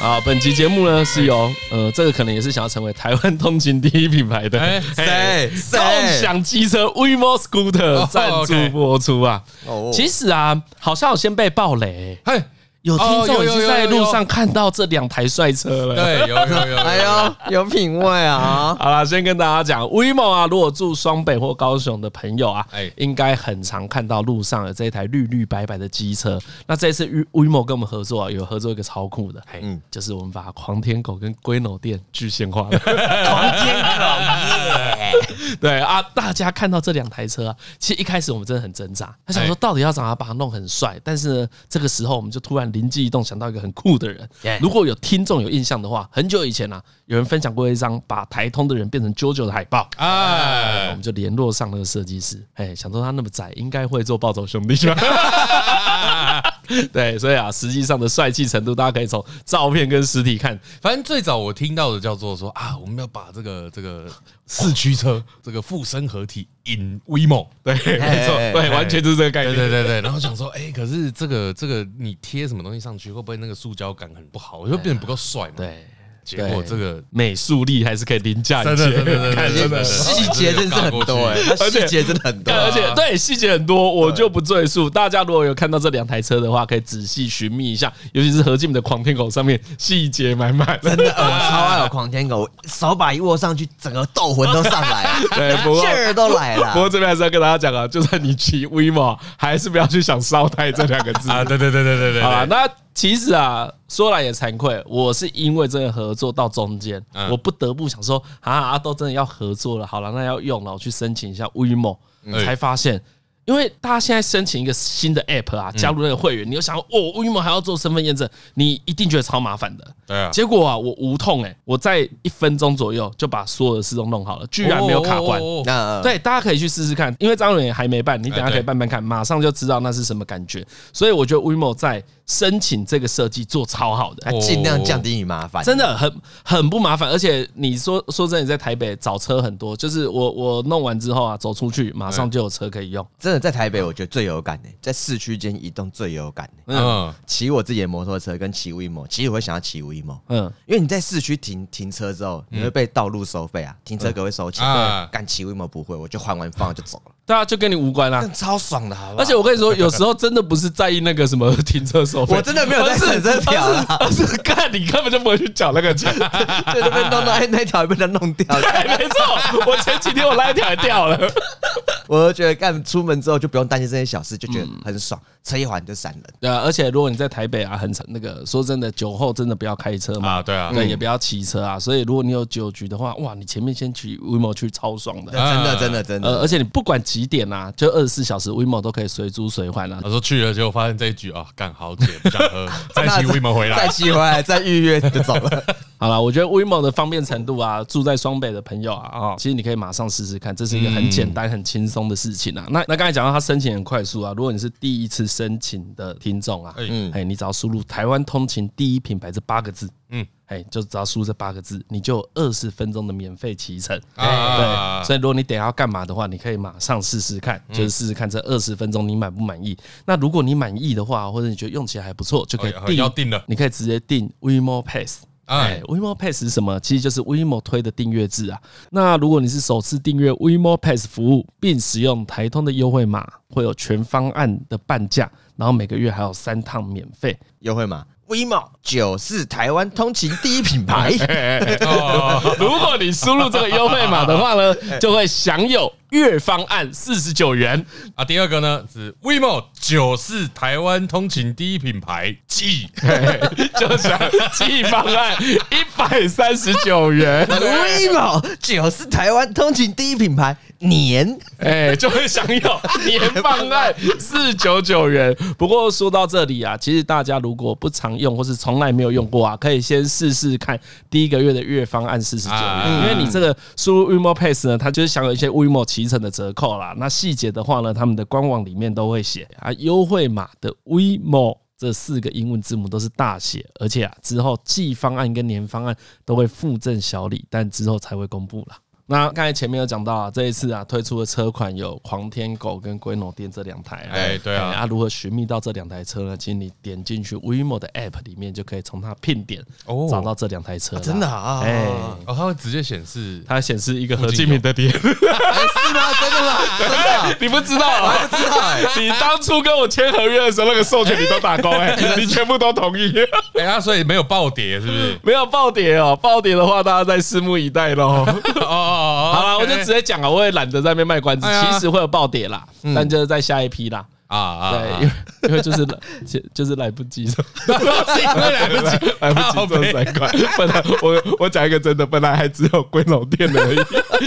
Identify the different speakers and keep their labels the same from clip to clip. Speaker 1: 啊，本期节目呢是由呃，这个可能也是想要成为台湾通勤第一品牌的
Speaker 2: 哎谁谁
Speaker 1: 共享机车 WeMo Scooter
Speaker 2: 哦
Speaker 1: 赞助
Speaker 2: OK
Speaker 1: 播出啊。
Speaker 3: 哦
Speaker 1: 其实啊，好像有先被爆雷，
Speaker 2: 嘿，
Speaker 1: 有听
Speaker 2: 哦有
Speaker 1: 众已
Speaker 2: 有
Speaker 1: 经
Speaker 2: 有
Speaker 1: 在
Speaker 2: 有
Speaker 1: 路
Speaker 2: 有
Speaker 1: 上看到这两台帅车了。
Speaker 2: 对，有有有，
Speaker 3: 哎呦，有品味啊！
Speaker 1: 好啦，先跟大家讲，WeMo 啊，如果住双北或高雄的朋友啊，
Speaker 2: 哎
Speaker 1: 应该很常看到路上有这一台绿绿白白的机车。那这一次 We- WeMo 跟我们合作、啊，有合作一个超酷的，
Speaker 2: 哎
Speaker 1: 嗯，就是我们把狂天狗跟龟脑店具现化了。 狂天狗，对啊，大家看到这两台车啊，其实一开始我们真的很挣扎，他想说
Speaker 2: 哎
Speaker 1: 到底要怎么把它弄很帅，但是呢，这个时候我们就突然灵机一动，想到一个很酷的人。
Speaker 2: 哎
Speaker 1: 如果有听众有印象的话，很久以前啊，有人分享过一张把台通的人变成 JoJo 的海报。我
Speaker 2: 哎
Speaker 1: 们，就联络上那个设计师，哎，想说他那么窄，应该会做暴走兄弟吧？ 对，所以啊，实际上的帅气程度，大家可以从照片跟实体看。
Speaker 2: 反正最早我听到的叫做说啊，我们要把这个这个四驱车这个附身合体 in WeMo，
Speaker 1: 对，没错，
Speaker 3: 哎
Speaker 1: 对，完全就是这个概
Speaker 2: 对
Speaker 1: 念。
Speaker 2: 对对对，然后想说，哎，可是这个这个你贴什么东西上去，会不会那个塑胶感很不好，就变得不够帅嘛？，
Speaker 1: 对，
Speaker 2: 结果这个
Speaker 1: 美术力还是可以凌驾一
Speaker 2: 真的
Speaker 1: 切
Speaker 2: 真的真的，
Speaker 1: 看真的。
Speaker 3: 细节真是很多哎、它
Speaker 1: 而且
Speaker 3: 细节真的很
Speaker 1: 对，。
Speaker 3: 多
Speaker 1: 而且
Speaker 2: 啊
Speaker 1: 对细节很多，我就不赘述。大家如果有看到这两台车的话，可以仔细寻觅一下，尤其是何进的狂天狗上面细节满满。
Speaker 3: 真的，呃我超爱有狂天狗，我手把一握上去，整个斗魂都上来了，
Speaker 1: 对，不过
Speaker 3: 劲儿都来
Speaker 1: 不过
Speaker 3: 了。
Speaker 1: 这边还是要跟大家讲啊，就算你骑 WeMo，还是不要去想烧胎这两个 字
Speaker 2: 啊，对对对对对对，
Speaker 1: 好啦，那其实啊，说来也惭愧，我是因为真的合作到中间，
Speaker 2: 嗯
Speaker 1: 我不得不想说啊，阿豆真的要合作了，好了，那要用了，我去申请一下 WeMo，、才
Speaker 2: 嗯
Speaker 1: 发现。因为大家现在申请一个新的 app 啊，加入那个会员，你又想要哦，WeMo 还要做身份验证，你一定觉得超麻烦的。
Speaker 2: 对啊
Speaker 1: 结果啊，我无痛哎、我在一分钟左右就把所有的事都弄好了，居然没有卡关。
Speaker 2: 哦哦哦哦
Speaker 3: 那
Speaker 1: 对，大家可以去试试看，因为张伦也还没办，你等下可
Speaker 2: 哎
Speaker 1: 以
Speaker 2: 对
Speaker 1: 办办看，马上就知道那是什么感觉。所以我觉得 WeMo 在申请这个设计做超好的。哎
Speaker 3: 那尽量降低你麻烦，
Speaker 1: 哦真的很很不麻烦，而且你说说真的，在台北找车很多，就是我我弄完之后啊，走出去马上就有车可以用。
Speaker 3: 真的在台北，我觉得最有感呢、在市区间移动最有感、欸。
Speaker 2: 嗯，
Speaker 3: 骑我自己的摩托车跟骑 WeMo，其实我会想要骑 WeMo，
Speaker 1: 嗯，
Speaker 3: 因为你在市区停停车之后，你会被道路收费啊，停车格会收钱
Speaker 2: 嗯啊。
Speaker 3: 干骑 WeMo 不会，我就还完放了就走了，
Speaker 1: 对啊，就跟你无关啦、
Speaker 3: 但超爽的，好不好
Speaker 1: 而且我跟你说，有时候真的不是在意那个什么停车收费，
Speaker 3: 我真的没有在
Speaker 1: 而是
Speaker 3: 省这条啦
Speaker 1: 而 是而是看你根本就不会去缴那个钱。
Speaker 3: 就那边弄弄，哎，那条也被他弄掉 了。
Speaker 1: 对，没错，我前几天我那一条也掉了。
Speaker 3: 我就觉得干出门之后就不用担心这些小事，就觉得很爽，车一环就闪人。
Speaker 1: 对啊，而且如果你在台北啊，很常那个，说真的，酒后真的不要开车嘛，
Speaker 2: 啊对啊
Speaker 1: 对，也不要骑车啊。所以如果你有酒局的话，哇，你前面先骑 WeMo 去超爽的。
Speaker 2: 嗯
Speaker 3: 真的，真的，真
Speaker 1: 呃，
Speaker 3: 的，
Speaker 1: 而且你不管几点啊，就二十四小时 WeMo 都可以随租随还啊
Speaker 2: 他。说去了，结果发现这一局啊，干好姐不想喝，再骑 WeMo 回
Speaker 3: 再
Speaker 2: 来，
Speaker 3: 骑回来，再预约就走了。
Speaker 1: 好了，我觉得 WeMo 的方便程度啊，住在双北的朋友啊，
Speaker 2: 嗯
Speaker 1: 哦，其实你可以马上试试看，这是一个很简单、很轻松的事情啊。
Speaker 2: 嗯
Speaker 1: 那那刚才讲到它申请很快速啊，如果你是第一次申请的听众啊，
Speaker 2: 哎
Speaker 1: 嗯，哎，你只要输入“台湾通勤第一品牌”这八个字，嗯
Speaker 2: 嗯，
Speaker 1: 哎，就只要输入这八个字，你就有二十分钟的免费骑乘。
Speaker 2: 啊
Speaker 1: 对，所以如果你等一下要干嘛的话，你可以马上试试看，
Speaker 2: 嗯
Speaker 1: 就是试试看这二十分钟你满不满意。那如果你满意的话，或者你觉得用起来还不错，就可以
Speaker 2: 哦
Speaker 1: 定
Speaker 2: 要定了
Speaker 1: 你可以直接定 WeMo Pass。
Speaker 2: 哎
Speaker 1: 哎，WeMo Pass 是什么？其实就是 WeMo 推的订阅制啊。那如果你是首次订阅 WeMo Pass 服务，并使用台通的优惠码，会有全方案的半价，然后每个月还有三趟免费。
Speaker 3: 优惠码 WeMo 九是台湾通勤第一品 牌，
Speaker 2: 哎哦 哎
Speaker 1: 如果你输入这个优惠码的话呢，就会享有月方案四十九元。
Speaker 2: 啊，第二个呢是 WeMo 九是台湾通勤第一品牌，即
Speaker 1: 就想寄方案一百三十九 元，
Speaker 3: WeMo 九是台湾通勤第一品牌，年
Speaker 1: 哎、就会享有年方案四九九元。不过说到这里啊，其实大家如果不常用或是从来没有用过啊，可以先试试看第一个月的月方案四十九元，
Speaker 2: 啊
Speaker 1: 因为你这个输入 WeMo Pass 呢，它就是享有一些 WeMo 骑乘的折扣啦。那细节的话呢，他们的官网里面都会写啊，优惠码的 WeMo。这四个英文字母都是大写，而且啊，之后季方案跟年方案都会附赠小礼，但之后才会公布啦。那刚才前面有讲到啊，这一次啊推出的车款有狂天狗跟龟脑电这两台、啊，
Speaker 2: 哎对啊
Speaker 1: 啊如何寻觅到这两台车呢？其实你点进去 WeMo 的 App 里面，就可以从它聘点
Speaker 2: 哦
Speaker 1: 找到这两台车啦、
Speaker 3: 真的啊
Speaker 1: 哎、
Speaker 2: 哦，它会直接显 示，
Speaker 1: 它显示一个合金品的点，
Speaker 3: 是吗？真的吗？真的 啊，
Speaker 1: 你不知道、啊？
Speaker 3: 不知道哎。
Speaker 1: 你当初跟我签合约的时候，那个授权你都打勾哎、你全部都同意。？
Speaker 2: 哎，它所以没有暴跌，是不是
Speaker 1: 没有暴跌哦，暴跌的话，大家再拭目以待喽。
Speaker 2: 哦 哦，
Speaker 1: 好了，我就 直接讲啊，我也懒得在那边卖关子，
Speaker 2: 哎呀
Speaker 1: 其实会有暴跌啦，但就是在下一批啦。
Speaker 2: 啊啊，
Speaker 1: 对，因为因为就是 来就就是来不及，
Speaker 2: 是因为来不及，
Speaker 1: 来不及这三块。本来我我讲一个真的，本来还只有龟脑店而已，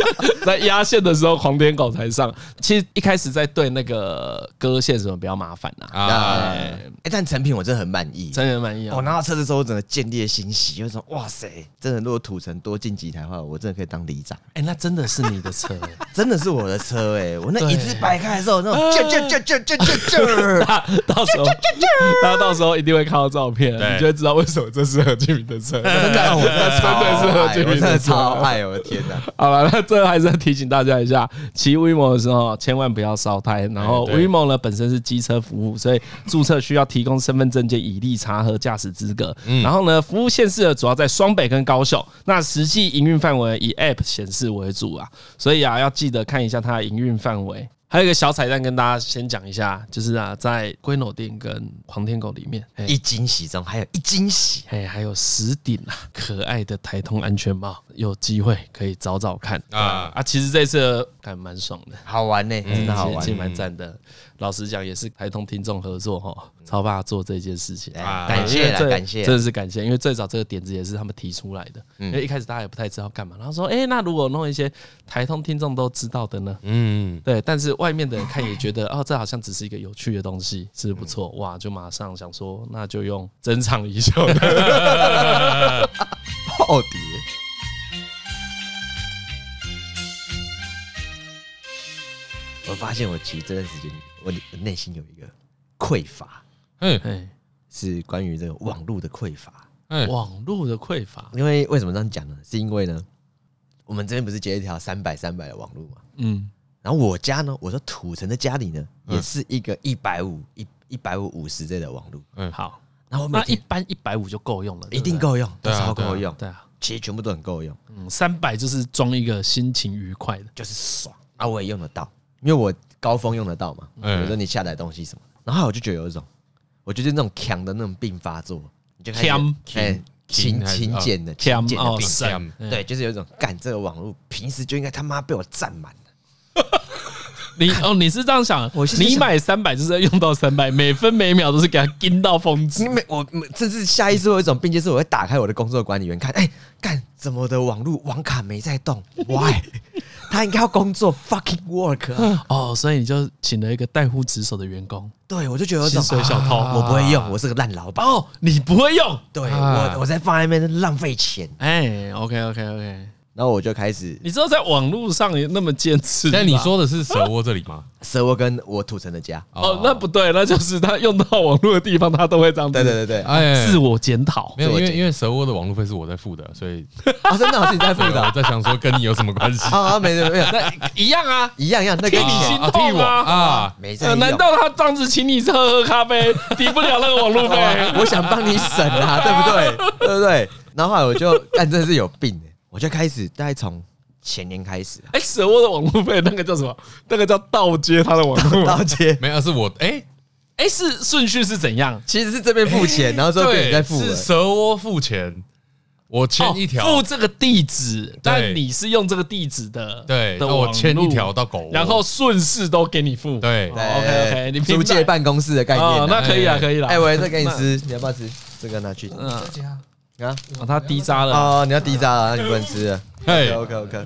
Speaker 1: 在压线的时候狂点狗才上。其实一开始在对那个割线什么比较麻烦啦，
Speaker 2: 啊，
Speaker 3: 哎，但成品我真的很满意。
Speaker 1: 真人满意啊
Speaker 3: 我。拿到车子之后，我整个见猎欣喜，就是说哇塞，真的如果土城多进几台的话，我真的可以当里长，
Speaker 1: 哎，那真的是你的车欸。
Speaker 3: 真的是我的车哎、我那椅子摆开的时候，那种啾啾啾啾啾啾啾，
Speaker 1: 大 到时候，大家到时候一定会看到照片，
Speaker 2: 对
Speaker 1: 你就会知道为什么这是何俊明的车。
Speaker 3: 真的，我真的 超
Speaker 1: 真的是何
Speaker 3: 爱，
Speaker 1: 俊
Speaker 3: 我
Speaker 1: 明
Speaker 3: 真的
Speaker 1: 的车
Speaker 3: 超爱，我的天哪！
Speaker 1: 好了，那最后还是要提醒大家一下，骑 WeMo 的时候千万不要烧胎。然后
Speaker 2: 哎对
Speaker 1: WeMo 呢本身是机车服务，所以注册需要提供身份证件以利查核驾驶资格。
Speaker 2: 嗯
Speaker 1: 然后呢，服务县市的主要在双北跟高雄，那实际营运范围以 App 显示为主啊，所以啊要记得看一下它的营运范围。还有一个小彩蛋跟大家先讲一下，就是啊，在龟脑店跟狂天狗里面，哎
Speaker 3: 一惊喜中还有一惊喜，
Speaker 1: 哎，还有十顶啊，可爱的台通安全帽，有机会可以找找看啊
Speaker 2: 啊
Speaker 1: 啊！其实这次还蛮爽的，
Speaker 3: 好玩呢、真的好玩
Speaker 1: 其实。蛮赞的。老实讲，也是台通听众合作哈，超爸做这件事情。
Speaker 3: 哎
Speaker 2: 啊
Speaker 3: 嗯感谢啦，
Speaker 1: 因为最
Speaker 3: 感谢嗯
Speaker 1: 真。的是感谢，因为最早这个点子也是他们提出来的，因为一开始大家也不太知道干嘛，然后说，哎、那如果弄一些台通听众都知道的呢？
Speaker 2: 嗯，
Speaker 1: 对，但是外面的人看也觉得，哦，这好像只是一个有趣的东西，是不错，哇，就马上想说，那就用珍藏已久的
Speaker 3: 暴跌。我发现我其实这段时间，我内心有一个匮乏，
Speaker 2: 嗯
Speaker 1: 哎
Speaker 3: 是关于这个网络的匮乏。
Speaker 2: 嗯，
Speaker 1: 网络的匮乏，
Speaker 3: 因为为什么这样讲呢？是因为呢，我们这边不是接一条三百三百的网络嘛？
Speaker 1: 嗯，
Speaker 3: 然后我家呢，我说土城的家里呢，也是一个一百五一一百五五十 G 的网络。
Speaker 1: 好，
Speaker 3: 然后我每
Speaker 1: 那一
Speaker 3: 天
Speaker 1: 般啊一百五就够用了，对
Speaker 3: 一
Speaker 1: 不对
Speaker 3: 定，够用，都
Speaker 2: 对啊
Speaker 3: 超
Speaker 2: 对啊
Speaker 3: 够用，
Speaker 1: 对啊，
Speaker 3: 其实全部都很够用。
Speaker 1: 嗯，三百就是装一个心情愉快 的，
Speaker 3: 就是爽啊，我也用得到，因为我高峰用得到嘛。比
Speaker 2: 嗯
Speaker 3: 如说你下载东西什么，然后我就觉得有一种，我就是那种强的那种病发作，你就开
Speaker 1: 强
Speaker 3: 始哎勤
Speaker 2: 勤还是
Speaker 3: 勤俭的勤
Speaker 1: 强
Speaker 3: 俭的
Speaker 1: 哦，
Speaker 3: 病，
Speaker 1: 省，对，
Speaker 3: 对，就是有一种干这个网络平时就应该他妈被我占满了，
Speaker 1: 你哦，你是这样想，
Speaker 3: 我是
Speaker 1: 你
Speaker 3: 想
Speaker 1: 买三百就是要用到三百，每分每秒都是给它盯到疯子
Speaker 3: 因，为我嗯甚至下意识会有一种，并且是我会打开我的工作管理员看，哎，干怎么我的网络网卡没在动？Why？他应该要工作 fucking work 啊、
Speaker 1: 哦，所以你就请了一个代护职守的员工，
Speaker 3: 对，我就觉得有一
Speaker 1: 薪
Speaker 3: 种
Speaker 1: 水小偷，
Speaker 3: 啊我不会用，我是个烂老板。
Speaker 1: 哦，你不会用，
Speaker 3: 对
Speaker 2: 啊
Speaker 3: 我，我在放在那边浪费钱，
Speaker 1: 哎，OK OK OK，
Speaker 3: 然后我就开始
Speaker 1: 你知道在网络上也那么坚持，
Speaker 2: 但你。说的是蛇窝这里吗？
Speaker 3: 蛇窝跟我土城的家。
Speaker 1: 哦，那不对，那就是他用到网络的地方，他都会这样子，
Speaker 3: 对对对对，啊，
Speaker 2: 哎
Speaker 1: 自我检讨
Speaker 2: 没。有，
Speaker 3: 自我
Speaker 2: 因
Speaker 3: 检
Speaker 2: 为因为蛇窝的网路费是我在付的，所以
Speaker 3: 啊真的我自己 在付
Speaker 2: 我
Speaker 3: 的。？
Speaker 2: 在想说跟你有什么关系
Speaker 3: 啊，没有没有，那
Speaker 1: 一样啊，
Speaker 3: 一样一样，那
Speaker 1: 替
Speaker 3: 个
Speaker 1: 你
Speaker 3: 钱
Speaker 1: 心
Speaker 2: 啊，
Speaker 1: 痛
Speaker 2: 替我啊，
Speaker 3: 没在
Speaker 1: 呃，
Speaker 3: 用。
Speaker 1: 难 道他这样子请你喝喝咖啡，抵不了那个网路 费？
Speaker 3: 啊我想帮你省 啊，对不对？对不对？然后后来我就，但真的是有病欸我就开始大概从前年开始啊，
Speaker 1: 哎，蛇窝的网路费那个叫什么？那个叫倒接他的网路。
Speaker 3: 到接
Speaker 2: 没有是我哎，
Speaker 1: 哎，是顺序是怎样？
Speaker 3: 其实是这边付钱，然后之后变你在付
Speaker 2: 是
Speaker 3: 了。
Speaker 2: 蛇窝付钱，我签一条
Speaker 1: 哦付这个地址，但
Speaker 2: 对
Speaker 1: 你是用这个地址的，
Speaker 2: 对
Speaker 1: 的
Speaker 2: 那我
Speaker 1: 网
Speaker 2: 签
Speaker 1: 路
Speaker 2: 一条到狗窝
Speaker 1: 然后顺势都给你付。
Speaker 2: 对
Speaker 1: 哦 OK，OK，你明白
Speaker 3: 呃租借办公室的概念啊
Speaker 1: 哦，那可以啊，可以啦。
Speaker 3: 哎，我这给你吃，你要不要吃？这个拿去
Speaker 1: 嗯，
Speaker 3: 啊。
Speaker 1: 哦他低渣了。
Speaker 3: 哦，你要低渣啊，那你不能吃了。
Speaker 2: 嘿
Speaker 3: OK OK，啊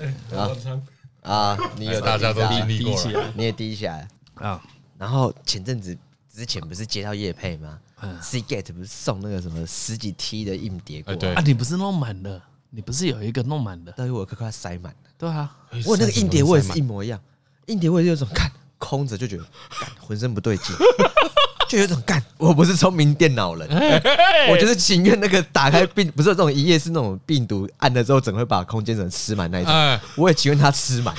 Speaker 2: 哎
Speaker 3: 啊，你有
Speaker 2: 大家都
Speaker 3: 低
Speaker 2: 低
Speaker 3: 渣
Speaker 2: 力过
Speaker 1: 低起
Speaker 2: 了，
Speaker 1: 来
Speaker 3: 你也低下来。
Speaker 1: 啊，
Speaker 3: 然后前阵子之前不是接到叶配吗？Seagate 不是送那个什么十几 T 的硬碟过
Speaker 2: 嗯哎
Speaker 3: 来，
Speaker 2: 对
Speaker 1: 啊，你不是弄满了？你不是有一个弄满了？
Speaker 3: 但是我快快塞满了。
Speaker 1: 对啊，
Speaker 3: 我那个硬碟我也是一模一样，硬碟我也是有种看空着就觉得干浑身不对劲， 就有一种干，我不是聪明电脑人，我就是情愿那个打开病，不是有这种一页是那种病毒按了之后，整个会把空间整个吃满那一种，
Speaker 2: 哎，
Speaker 3: 我也情愿它 吃满，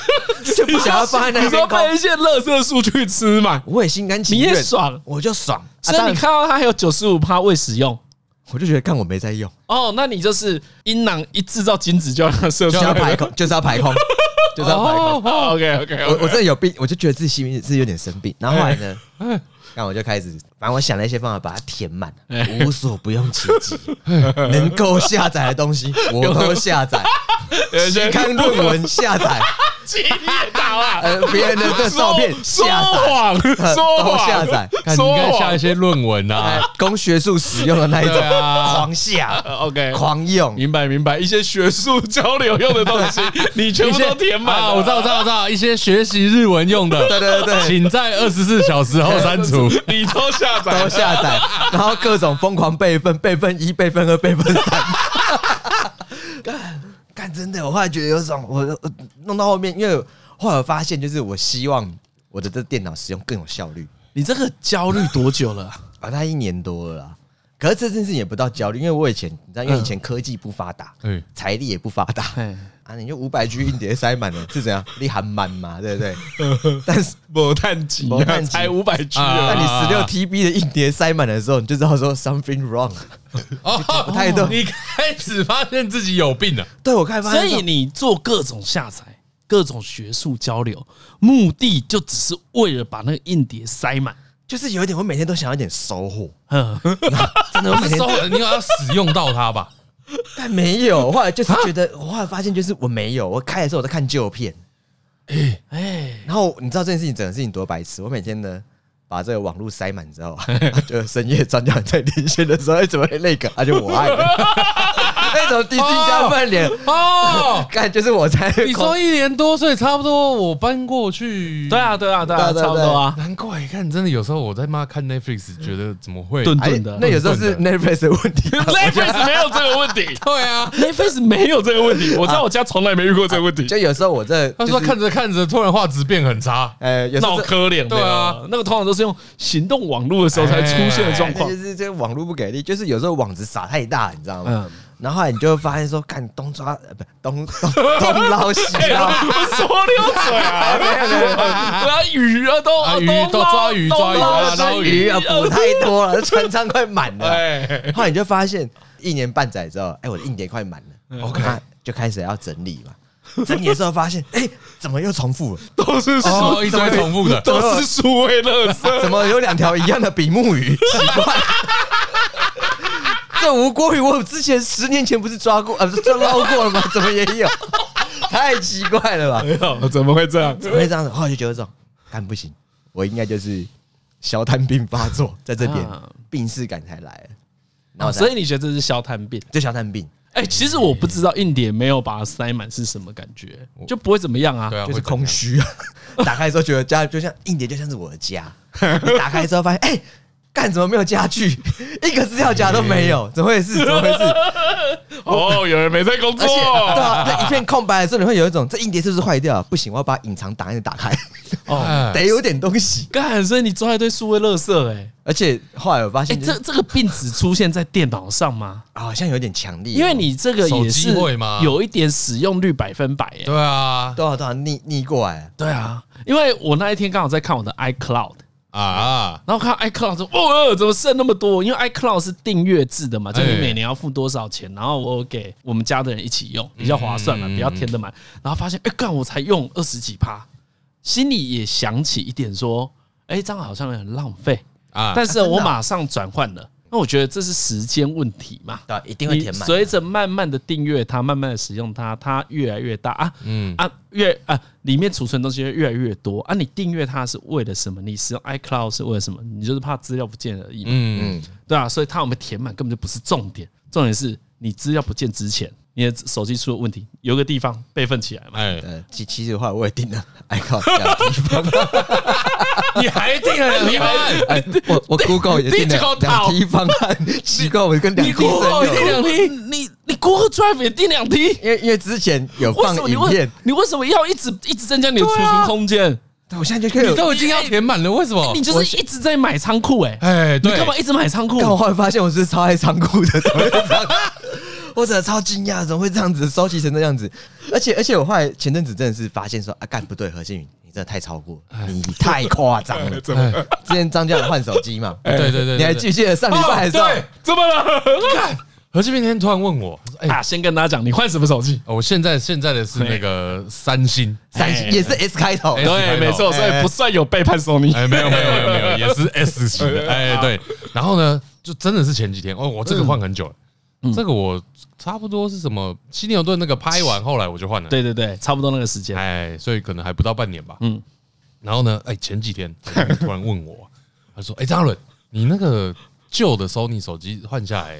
Speaker 3: 就不想要放在那
Speaker 1: 你
Speaker 3: 一
Speaker 1: 说
Speaker 3: 边
Speaker 1: 被
Speaker 3: 空，
Speaker 1: 一些垃圾数据吃满，
Speaker 3: 我也心甘情
Speaker 1: 你
Speaker 3: 愿
Speaker 1: 也，爽。
Speaker 3: 我就爽，啊
Speaker 1: 所以
Speaker 3: 当
Speaker 1: 你
Speaker 3: 然
Speaker 1: 看到它还有九十五趴未使用
Speaker 3: 我就觉得看我没在用，
Speaker 1: 哦，那你就是阴囊一制造精 子就要让射出
Speaker 3: 就
Speaker 1: 来
Speaker 3: 要排空，就是要排空， 就是要排空。
Speaker 1: 哦，OK OK，
Speaker 3: 我我真的有病，我就觉得自己心里是有点生病。然后后来呢，
Speaker 1: 哎
Speaker 3: 然后我就开始，反正我想了一些方法把它填满，
Speaker 1: 哎
Speaker 3: 无所不用其极，能够下载的东西我都下载，期刊论文 下载，
Speaker 1: 激烈大话，
Speaker 3: 呃，别人的 的照片
Speaker 1: 啊说
Speaker 3: 下载，
Speaker 1: 谎，
Speaker 3: 呃
Speaker 1: 说
Speaker 3: 都
Speaker 1: 谎，
Speaker 3: 下载，
Speaker 2: 看你
Speaker 1: 说
Speaker 2: 应该
Speaker 1: 谎
Speaker 2: 下一些论文
Speaker 3: 哎
Speaker 2: 啊，
Speaker 3: 供学术使用的那一种，
Speaker 2: 对啊
Speaker 3: 狂下
Speaker 1: 呃，OK，
Speaker 3: 狂用，
Speaker 1: 明白明白，一些学术交流用的东 西，你全部都填满
Speaker 2: 啊，
Speaker 1: 了。
Speaker 2: 我知道，我知道，我知道，一些学习日文用 的，
Speaker 3: 对对对
Speaker 2: 请在二十四小 时后删除。
Speaker 1: 你都下载
Speaker 3: 都
Speaker 1: 了，
Speaker 3: 下 载，然后各种疯狂备份，备份一、备份二、备份三。 干干真的，我后来觉得有种，我我弄到后面，因为后来我发现，就是我希望我的这电脑使用更有效率
Speaker 1: 你这个焦虑多久了啊？
Speaker 3: 啊，它一年多了啦。可是这件事情也不到焦虑，因为我以前你知道，因为以前科技不发达，
Speaker 2: 嗯
Speaker 3: 财力也不发达
Speaker 1: 嘿
Speaker 3: 啊，你就五百 G 硬碟塞满了是怎样？ 你含满嘛，对 不对？但是
Speaker 1: 某探啊集
Speaker 3: 没探集
Speaker 1: 才五百 G
Speaker 3: 那
Speaker 1: 啊
Speaker 2: 啊！
Speaker 3: 你十六 TB 的硬碟塞满的时候，你就知道说 something wrong。
Speaker 2: 哦，
Speaker 3: 不太懂
Speaker 2: 你开始发现自己有病了。
Speaker 3: 对我开发现
Speaker 1: 所
Speaker 3: 说，
Speaker 1: 以你做各种下载、各种学术交流，目的就只是为了把那个硬碟塞满。
Speaker 3: 就是有一点，我每天都想要一点收 获，
Speaker 1: 嗯，
Speaker 3: 真的，我每天
Speaker 2: 收了， 你有要使用到它吧？
Speaker 3: 但 没有。后来就是觉得，我后来发现就是我没有。我开的时候我在看旧片，
Speaker 1: 哎，
Speaker 3: 然后你知道这件事情，整个事情多白痴。我每天呢把这个网络塞满之后， 就深夜专家在连线的时候，哎，怎么会那个？啊，就我爱 的，那种低进加饭脸，
Speaker 2: 哦，
Speaker 3: 看就是我在
Speaker 2: 你说一年多，所以差不多我搬过去。
Speaker 1: 对，啊，对啊，对啊，
Speaker 3: 对对对
Speaker 1: 差不多啊，
Speaker 2: 难怪看，真的有时候我在妈看 Netflix，觉得怎么会？
Speaker 1: 顿
Speaker 3: 哎
Speaker 1: 顿的。
Speaker 3: 那有时候是 Netflix 的问题。
Speaker 1: Netflix 没有这个问题
Speaker 2: 对 啊，
Speaker 1: ，Netflix 没有这个问题，我在我家从来没遇过这个问题，
Speaker 3: 就有时候我这
Speaker 2: 他说看，着看着，突然画质变很差。
Speaker 3: 呃，有时
Speaker 1: 闹
Speaker 3: 候
Speaker 1: 可怜的。
Speaker 2: 对啊，哎
Speaker 1: 那个通常都是用行动网络的时候才出现的状
Speaker 3: 那
Speaker 1: 况
Speaker 3: 哎就。是这个网络不给力，就是有时候网子撒太大，你知道吗？
Speaker 1: 嗯
Speaker 3: 然后后来你就会发现说，看东抓呃不东 东东捞西捞，
Speaker 1: 我说溜嘴啊！
Speaker 2: 哎
Speaker 1: 我要鱼啊，都
Speaker 2: 啊
Speaker 1: 都
Speaker 2: 鱼
Speaker 1: 捞
Speaker 2: 都抓鱼
Speaker 1: 都
Speaker 2: 抓鱼
Speaker 1: 捞
Speaker 2: 啊捞
Speaker 1: 鱼
Speaker 2: 鱼
Speaker 3: 鱼啊补太多了，船舱快满了。
Speaker 2: 哎，
Speaker 3: 后来你就发现一年半载之后，哎，我的硬碟快满了，OK，就开始要整理嘛。整理的时候发现，哎，怎么又重复了？
Speaker 1: 都是
Speaker 2: 哦，一堆重复的。
Speaker 1: 都是数位垃圾。
Speaker 3: 怎么有两条一样的比目 鱼？奇怪。这无锅鱼，我之前十年前不是抓过，呃，不是抓捞过了吗？怎么也有？ 太奇怪了吧？
Speaker 1: 没有， 怎么会这样？
Speaker 3: 怎么会这样子？后来就觉得这种，干不行，我应该就是小摊病发作，在这边
Speaker 1: 啊哦
Speaker 3: 病逝感才来了，然后才
Speaker 1: 所以你觉得这是消摊病？
Speaker 3: 就小摊病，
Speaker 1: 哎、其实我不知道硬碟没有把它塞满是什么感觉，就不会怎么样啊。
Speaker 2: 对啊，
Speaker 3: 就是
Speaker 2: 会怎样
Speaker 3: 空虚啊。 打开之后觉得家就像硬碟，就像是我的 家。你打开之后发现，哎、干怎么没有家具？ 一个资料夹都没有，怎么回事？怎么回事？
Speaker 1: 哦，有人没在工
Speaker 3: 而且，对啊，那一片空白的时候，你会有一种这硬碟是不是坏掉了？不行，我要把隐藏档案打 开，
Speaker 1: 哦，
Speaker 2: 哎
Speaker 3: 得有点东西。
Speaker 1: 干，所以你抓一堆数位垃圾、哎。
Speaker 3: 而且后来我发
Speaker 1: 哎、
Speaker 3: 现就是、
Speaker 1: 这这个病只出现在电脑上吗？
Speaker 3: 啊好像有点强力哦，
Speaker 1: 因为你这个也是
Speaker 2: 手机会吗
Speaker 1: 有一点使用率百分百耶、
Speaker 2: 对啊
Speaker 3: 多少多少逆逆过来，
Speaker 1: 对啊，因为我那一天刚好在看我的 iCloud，
Speaker 2: 啊，
Speaker 1: 然后看到 iCloud 说，哦，怎么剩那么多？因为 iCloud 是订阅制的嘛，就你
Speaker 2: 哎
Speaker 1: 每年要付多少钱，然后我给我们家的人一起用，比较划算
Speaker 2: 嗯
Speaker 1: 嘛，比较填得满。然后发现，哎，干，我才用二十几趴，心里也想起一点说，哎，这样好像很浪费，
Speaker 2: 啊
Speaker 1: 但是
Speaker 3: 啊真的
Speaker 1: 我
Speaker 3: 啊
Speaker 1: 马上转换了。那我觉得这是时间问题嘛，
Speaker 3: 对啊，一
Speaker 1: 你
Speaker 3: 定会填满。
Speaker 1: 随着慢慢的订阅它，慢慢的使用它，它越来越大啊，嗯啊，越啊里面储存的东西越来越多啊。你订阅它是为了什么？你使用 iCloud 是为了什么？你就是怕资料不见而已嘛，
Speaker 2: 嗯，
Speaker 1: 对啊，所以它有没有填满根本就不是重点，重点是你资料不见之前，你的手机出了问题，有个地方备份起来嘛。
Speaker 2: 哎，
Speaker 3: 呃，其其实的话我也定了 iCloud 这样的地方，
Speaker 1: 你还定了
Speaker 2: 你还
Speaker 3: 哎，我我 Google 也定
Speaker 1: 你这个
Speaker 3: 了两梯方案，奇怪，我哦跟两
Speaker 1: 你
Speaker 3: 梯生
Speaker 1: Google 也定
Speaker 3: 有，
Speaker 1: 两 T，你你 Google Drive 也定两 T，
Speaker 3: 因为因为之前有
Speaker 1: 为
Speaker 3: 放
Speaker 1: 什么你
Speaker 3: 影
Speaker 1: 为
Speaker 3: 片，
Speaker 1: 你为什么要一直一直增加你的储存空间？
Speaker 3: 但我现在就可以有
Speaker 2: 你，都已经要填满了，为什么
Speaker 1: 你？就是一直在买仓库哎，
Speaker 2: 哦哎，
Speaker 1: 你
Speaker 2: 对，
Speaker 1: 干嘛一直买仓库？哦
Speaker 3: 但我后来发现我是超爱仓库的，怎么会这样？ 我真的超惊讶，怎么会这样子收集成这样子？而且而且我后来前阵子真的是发现说啊，干不对，何信云你真的太超过，你太夸张了。之前张家朗换手机嘛，
Speaker 2: 对对对对，
Speaker 3: 你还
Speaker 2: 对
Speaker 3: 记不记得上礼拜还是
Speaker 2: 哦
Speaker 3: 上
Speaker 2: 对，怎 么了？看何志明那天突然问我，他说哎，
Speaker 1: 啊，先跟大家讲，你换什么手机？
Speaker 2: 我现在现在的是那个三星，
Speaker 3: 三
Speaker 1: 哎
Speaker 3: 星也是 S 开头
Speaker 2: 哎，
Speaker 1: 对，没错，所以不算有背叛索尼。
Speaker 2: 哎，没有没有没有没 有，也是 S 型的，哎对。然后呢，就真的是前几天哦，我这
Speaker 1: 嗯
Speaker 2: 个换很久了，这个我差不多是什么犀牛顿那个拍
Speaker 1: 嗯
Speaker 2: 完，后来我就换了，
Speaker 1: 对对对，差不多那个时间。
Speaker 2: 哎，所以可能还不到半年吧，嗯
Speaker 1: 嗯。
Speaker 2: 然后呢，哎，前几天他就突然问我， 他说：“哎，张嘉伦，你那个旧的 Sony 手机换下来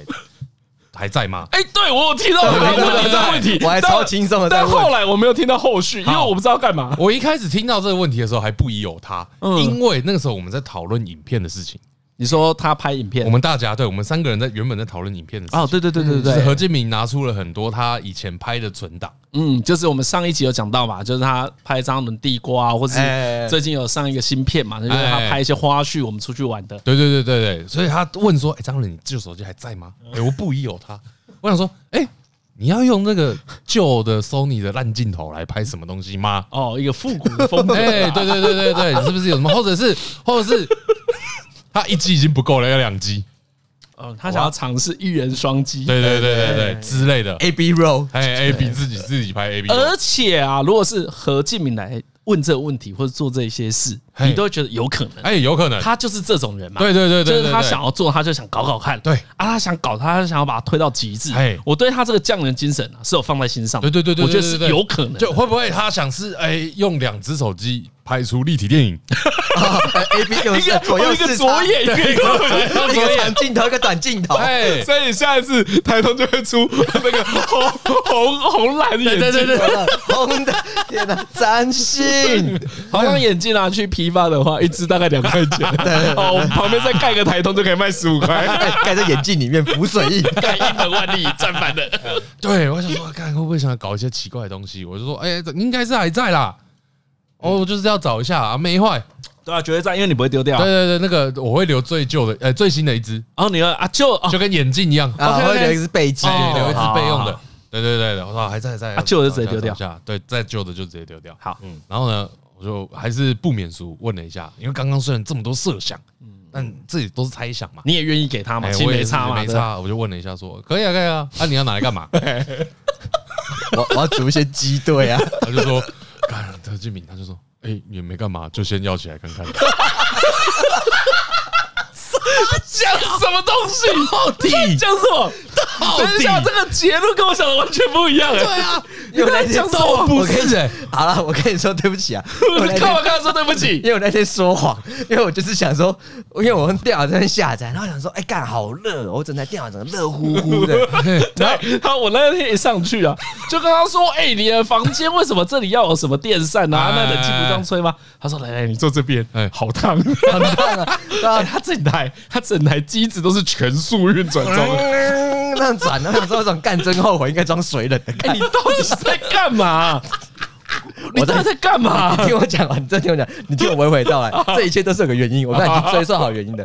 Speaker 2: 还在吗？”
Speaker 1: 哎，对我有听到你
Speaker 2: 对
Speaker 1: 问你这个问题，
Speaker 3: 我还
Speaker 1: 但
Speaker 3: 超轻松的在
Speaker 1: 但
Speaker 3: 问
Speaker 1: 后来我没有听到后续，因为
Speaker 2: 好
Speaker 1: 我不知道干嘛。
Speaker 2: 我一开始听到这个问题的时候还不疑有他，
Speaker 1: 嗯
Speaker 2: 因为那个时候我们在讨论影片的事情，
Speaker 1: 你说他拍影片
Speaker 2: 我们大家对我们三个人在原本在讨论影片的事情
Speaker 1: 哦，，对对对对
Speaker 2: 就是
Speaker 1: 对
Speaker 2: 何
Speaker 1: 对，
Speaker 2: 建明拿出了很多他以前拍的存档，
Speaker 1: 嗯，就是我们上一集有讲到嘛，就是他拍张伦地瓜，啊或是
Speaker 3: 哎哎哎
Speaker 1: 最近有上一个新片
Speaker 2: 哎
Speaker 1: 嘛，就是他拍一些花絮，我们出去玩的。
Speaker 2: 对对对对对，所以他问说：“哎，张伦，你旧手机还在吗？”哎，我不疑有他，我想说，哎，你要用那个旧的 Sony 的烂镜头来拍什么东西吗？
Speaker 1: 哦，一个复古的风格。
Speaker 2: 哎，对对对对 对，你是不是有什么，或者是或者是他一机已经不够了，要两机，
Speaker 1: 哦，他想要尝试一人双击。
Speaker 2: 对对对对对之类的，
Speaker 3: A B roll，
Speaker 2: 哎呃 A B 自己自己拍 A B，
Speaker 1: 而且啊，如果是何敬明来问这个问题或者做这些事，
Speaker 2: 嘿
Speaker 1: 你都会觉得有可能，
Speaker 2: 哎，有可能，
Speaker 1: 他就是这种人嘛。
Speaker 2: 对对对对对，
Speaker 1: 就是他
Speaker 2: 对
Speaker 1: 想要做，他就想搞搞看。
Speaker 2: 对
Speaker 1: 啊，他想搞，他就想要把它推到极致
Speaker 2: 嘿。
Speaker 1: 我对他这个匠人精神啊，是有放在心上的。
Speaker 2: 对对对对，
Speaker 1: 我觉得
Speaker 2: 对
Speaker 1: 是
Speaker 2: 对对
Speaker 1: 有可能的。
Speaker 2: 就会不会他想是哎、用两只手机拍出立体电影？
Speaker 3: 啊 A B 有
Speaker 1: 一个哦
Speaker 3: 哦左右
Speaker 1: 一个
Speaker 3: 视
Speaker 1: 左
Speaker 3: 差，
Speaker 1: 眼，一个右眼。
Speaker 3: 一个长镜头，一个短镜头，
Speaker 2: 哎，
Speaker 1: 所以下一次台东就会出那 个红红红蓝眼镜，
Speaker 2: 对对对对，
Speaker 3: 红的，天哪，张信，
Speaker 1: 好像眼镜拿去批发的话，一只大概两块钱。哦，我们旁边再盖个台通就可以卖十五块，
Speaker 3: 哎盖盖在眼镜里面浮水印，
Speaker 1: 盖一本万利赚翻了。
Speaker 2: 对我想说，看会不会想搞一些奇怪的东西？我就说，哎、这应该是还在啦。
Speaker 1: 嗯
Speaker 2: 哦，我就是要找一下啊，没坏。
Speaker 1: 对啊，绝对赚，因为你不会丢掉
Speaker 2: 对。对对，那个我会留最旧的，呃，最新的一只，
Speaker 1: 然后你要啊，就啊
Speaker 2: 就跟眼镜一样，
Speaker 3: 啊，
Speaker 1: OK，OK
Speaker 3: 我会留一只背脊，
Speaker 2: 哦留一
Speaker 1: 好好
Speaker 2: 只备用
Speaker 1: 好
Speaker 2: 的。对对对对，我说还在还在，
Speaker 1: 啊旧的就直接丢掉
Speaker 2: 找一下，找一下对，再旧的就直接丢掉。
Speaker 1: 好，
Speaker 2: 嗯，然后呢，我就还是不免俗问了一下，因为刚刚虽然这么多设想，但这也都是猜想嘛。
Speaker 1: 你也愿意给他嘛？
Speaker 2: 哎
Speaker 1: 嗯其实
Speaker 2: 我也
Speaker 1: 没差
Speaker 2: 是
Speaker 1: 嘛，
Speaker 2: 没
Speaker 1: 对吧。
Speaker 2: 差。我就问了一下，说可以啊，可以啊，那你要拿来干嘛？
Speaker 3: 我我要组一些机队啊，
Speaker 2: 他就说，干德俊敏，他就说，哎，也没干嘛，就先要起来看 看。
Speaker 1: 讲什么东西？到底讲什么？
Speaker 2: 底
Speaker 1: 等一下，这个结论跟我想的完全不一样哎。
Speaker 2: 啊，
Speaker 1: 你在讲什么？
Speaker 3: 我跟你
Speaker 1: 欸
Speaker 2: 哎，
Speaker 3: 好了，我跟你说对不起啊，我那
Speaker 1: 你干嘛
Speaker 3: 天
Speaker 1: 跟他说对不起
Speaker 3: 因？为我那天说谎，因为我就是想说，因为我用电脑在那边下载，然后想说，哎，干好热哦，我整台电脑整个热乎 乎的，
Speaker 1: 对，他我那天一上去啊，就跟他说：“哎、你的房间为什么这里要有什么电扇啊？那冷气不这样吹吗？”他说：“来来，你坐这边，哎，好 烫。
Speaker 3: 很烫啊，对
Speaker 1: 哎”
Speaker 3: 啊，
Speaker 1: 他整台他整台机子都是全速运转中的。
Speaker 3: 嗯那样转，然后想说，我想干真后悔，应该装水冷的。
Speaker 1: 哎、你到底是在干嘛？你到底在干嘛？
Speaker 3: 你听我讲完，你再听我讲，你听我娓娓 道
Speaker 2: 啊
Speaker 3: 来，这一切都是有个原因，我帮你追溯好原因的。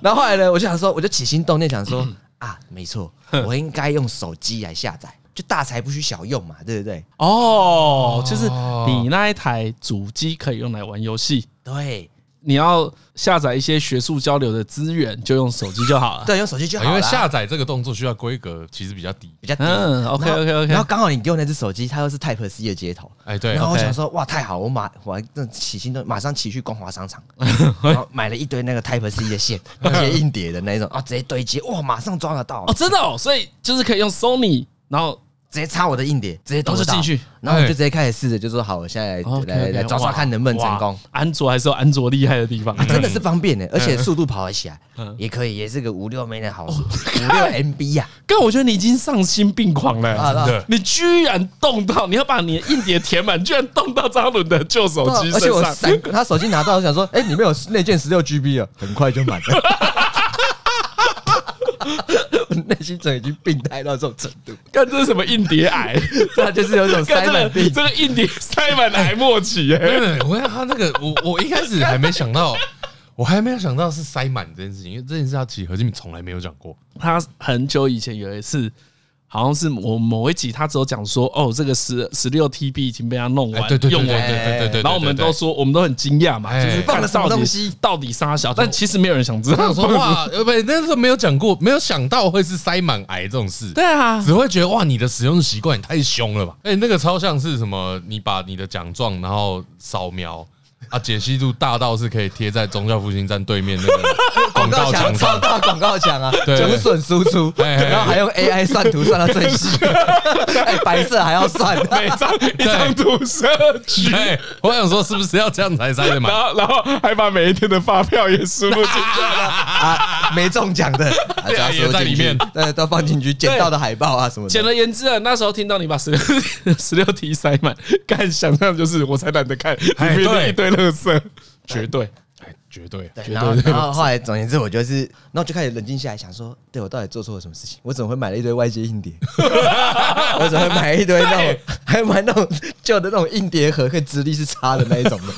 Speaker 3: 然后后来呢，我就想说，我就起心动念想 说啊，没错，我应该用手机来下载，就大财不虚小用嘛，对不对？
Speaker 1: 哦，就是你那一台主机可以用来玩游戏，
Speaker 3: 对
Speaker 1: 你要下载一些学术交流的资源，就用手机就好了。
Speaker 3: 对，用手机就好
Speaker 2: 哦因
Speaker 3: 了。
Speaker 2: 为下载这个动作需要规格其实比较低。
Speaker 3: 比较低。
Speaker 1: 嗯，OK，OK，OK
Speaker 3: 然后刚好你给我那只手机，它又是 Type C 的接头。
Speaker 2: 哎，对
Speaker 3: 然，后我
Speaker 1: OK
Speaker 3: 想说，哇，太好！我马我还那起心动，马上骑去光华 商场，然后买了一堆那个 Type C 的线，而且硬碟的那一种啊，直接堆积，哇，马上装得到
Speaker 1: 哦，，真的哦，所以就是可以用 Sony，然后
Speaker 3: 直接插我的硬碟，直接都
Speaker 1: 哦然后就进去，哎哦
Speaker 3: 然后我就直接开始试着，就说好，我现在来
Speaker 1: OK，OK，
Speaker 3: 来来抓抓
Speaker 1: 哇
Speaker 3: 看能不能成功
Speaker 1: 哇。嗯安卓还是有安卓厉害的地方，
Speaker 3: 啊真的是方便的，而且速度跑得起来，
Speaker 1: 嗯
Speaker 3: 也可以，也是个五六没的好
Speaker 1: 哦
Speaker 3: 处，五六 MB 呀，
Speaker 1: 但我觉得你已经丧心病狂了、
Speaker 3: 啊
Speaker 2: 真的
Speaker 1: 你居然动到，你要把你的硬碟填满，居然动到张伦的旧手机
Speaker 3: 而且
Speaker 1: 身
Speaker 3: 我
Speaker 1: 上。
Speaker 3: 闪，他手机拿到，我想说，哎，里面 有内建十六 GB 啊，很快就满了。内心层已经病态到这种程度，
Speaker 1: 看这是什么硬碟 癌？
Speaker 3: 他就是有一种
Speaker 1: 看
Speaker 3: 塞
Speaker 1: 这
Speaker 3: 满
Speaker 1: 个
Speaker 3: 病。
Speaker 1: 这个硬碟塞满癌末期哎、
Speaker 2: 没有没有，我看他那个，我我一开始还没想到， 我还没有想到是塞满这件事情，因为这件事他其实何志明从来没有讲过。
Speaker 1: 他很久以前有一次，好像是我某一集，他只有讲说，哦，这个十十六 TB 已经被他弄
Speaker 2: 哎，
Speaker 1: 完，
Speaker 2: 对对对
Speaker 1: 用
Speaker 2: 对对
Speaker 1: 完。
Speaker 2: 对对对，
Speaker 1: 然后我们都说，我们都很惊讶嘛，
Speaker 2: 哎
Speaker 1: 就是
Speaker 2: 放
Speaker 3: 了什么
Speaker 1: 看到底
Speaker 3: 东西
Speaker 1: 到底杀小，但其实没有人想知
Speaker 2: 我
Speaker 1: 道
Speaker 2: 想。说哇，呃，不，那时候没有讲过，没有想到会是塞满癌这种事。
Speaker 1: 对啊，
Speaker 2: 只会觉得哇，你的使用习惯也太凶了吧！哎、那个超像是什么？你把你的奖状然后扫描啊，解析度大到是可以贴在宗教复兴站对面那个广告 墙
Speaker 3: 超
Speaker 2: 上。
Speaker 3: 大广告墙啊，
Speaker 2: 对
Speaker 3: 无损输出，
Speaker 2: 哎哎
Speaker 3: 然后还用 AI 算图算到最细，哎，白色还要算，
Speaker 1: 每 张一张图社区，
Speaker 2: 对，我想说是不是要这样才塞得满
Speaker 1: 然？后然后还把每一天的发票也输入进去，
Speaker 3: 啊，没中奖的，啊
Speaker 2: 对啊
Speaker 3: 只要收
Speaker 2: 也在里
Speaker 3: 进去
Speaker 2: 面
Speaker 3: 对，都放进去，捡到的海报啊什么的，
Speaker 1: 简而言之啊，那时候听到你把十六 十六题塞满，干想象就是我才懒得看，
Speaker 2: 哎
Speaker 1: 里面的
Speaker 2: 对
Speaker 1: 一堆垃圾，绝对，
Speaker 2: 哎绝对，
Speaker 3: 对，然后然后后来，总而言之，我就是，然后我就开始冷静下来，想说，对我到底做错了什么事情？我怎么会买了一堆外接硬碟？我怎么会买一堆那种，还买那种旧的那种硬碟盒，可以直立是插的那一种的？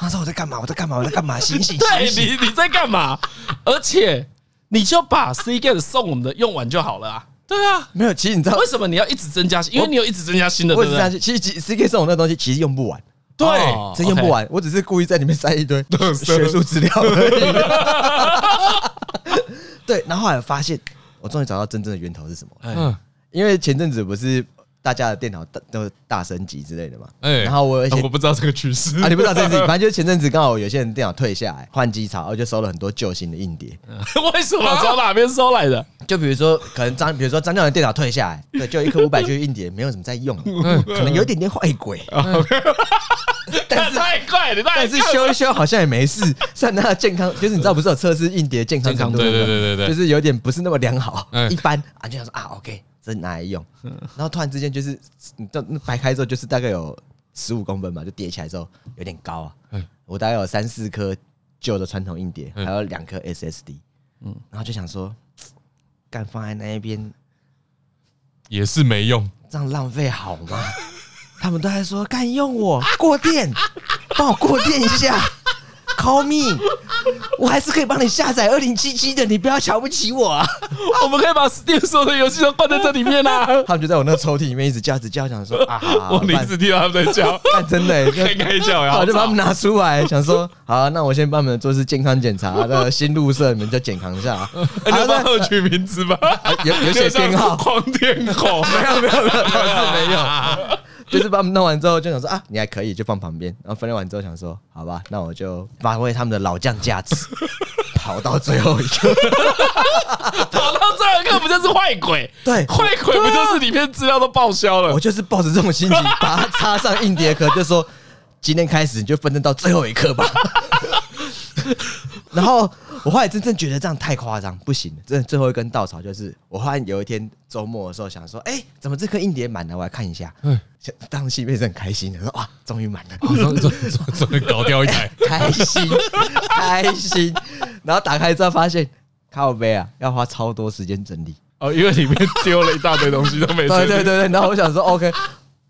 Speaker 3: 他说我在干嘛？我在干嘛？我在干嘛？醒醒
Speaker 1: 对
Speaker 3: 醒醒！
Speaker 1: 你你在干嘛？而且你就把 C g a t 送我们的用完就好了啊。对啊，
Speaker 3: 没有，其实你知道
Speaker 1: 为，什么你要一直增加？因为你有一直增加新的，
Speaker 3: 我
Speaker 1: 对
Speaker 3: 只
Speaker 1: 不
Speaker 3: 是这样
Speaker 1: 对？
Speaker 3: 去，其实 C K 送我那东西其实用不完，
Speaker 1: 对
Speaker 2: 哦，
Speaker 3: 真用不
Speaker 1: OK。
Speaker 3: 完。我只是故意在里面塞 一堆学术资料而已。 对，然后后来发现，我终于找到真正的源头是什么了。
Speaker 1: 哎
Speaker 2: 嗯，
Speaker 3: 因为前阵子不是大家的电脑大都大升级之类的嘛，
Speaker 2: 哎
Speaker 3: 然后我有一些
Speaker 1: 哦我不知道这个趋势
Speaker 3: 啊，你不知道这件 事情，反正就是前阵子刚好有些人电脑退下来换机槽，然后就收了很多旧型的硬碟，
Speaker 1: 嗯 为什么从哪边收来的？
Speaker 3: 就比如说可能张，比如说张教仁电脑退下来，对，就有一颗五百 G 硬碟，没有什么在用，
Speaker 1: 嗯
Speaker 3: 可能有一点点坏鬼，但 是
Speaker 1: 太快了，
Speaker 3: 但
Speaker 1: 但
Speaker 3: 是修一修好像也没事，算它的健康，就是你知道不是有测试硬碟健康程度吗，
Speaker 2: 健康对对对对对
Speaker 3: 就是有点不是那么良好，
Speaker 2: 嗯
Speaker 3: 一般啊就想说啊 OK，这拿来用，然后突然之间就是你知道那掰开之后就是大概有十五公分吧，就叠起来之后有点高啊，
Speaker 2: 嗯
Speaker 3: 我大概有三四颗旧的传统硬碟，
Speaker 2: 嗯
Speaker 3: 还有两颗 SSD，嗯，然后就想说，干放在那一边
Speaker 2: 也是没 用。
Speaker 3: 这样浪费好吗？ 他们都在说干用我过电，帮我过电一下，call me，我还是可以帮你下载二零七七的，你不要瞧不起我 啊！
Speaker 1: 我们可以把 Steam 所有的游戏都放在这里面啊！
Speaker 3: 他们就在我那个抽屉里面一直叫，一直叫，想说啊，好 好好
Speaker 1: 我临时听到他们在叫，
Speaker 3: 但真的、
Speaker 1: 开
Speaker 3: 欸，
Speaker 1: 开啊叫呀！
Speaker 3: 我就把他们拿出来，想说好、那我先帮你们做次健康检查的新入社，你们就健康一下 啊。
Speaker 1: 你要帮
Speaker 3: 那
Speaker 1: 我取名字吧，
Speaker 3: 有 有写编号
Speaker 1: 狂天吼，
Speaker 3: 没有没有没有，是没有， 就是把他们弄完之后就想说啊，你还可以，就放旁边。然后分类完之后想说，好吧，那我就发挥他们的老将价 值，跑到最后一个。
Speaker 1: 跑到这儿个不就是坏鬼？
Speaker 3: 对
Speaker 1: 坏鬼不就是里面资料都报销了
Speaker 3: 我？就是抱着这种心情，把它插上硬碟壳，就说今天开始你就奋斗到最后一刻吧。 然后我后来真正觉得这样太夸张，不行，真的最后一根稻草就是我后来有一天周末的时候想说，哎、怎么这颗硬碟满了？我来看一下。嗯，当时心里面是很开心的，说哇，终于满了。
Speaker 2: 哦终终终终于搞掉一台，
Speaker 3: 开心，开心。然后打开之后发现，靠背啊，要花超多时间整理。
Speaker 1: 哦，因为里面丢了一大堆东西都没
Speaker 3: 对
Speaker 1: 处理
Speaker 3: 对对对，然后我想说 OK，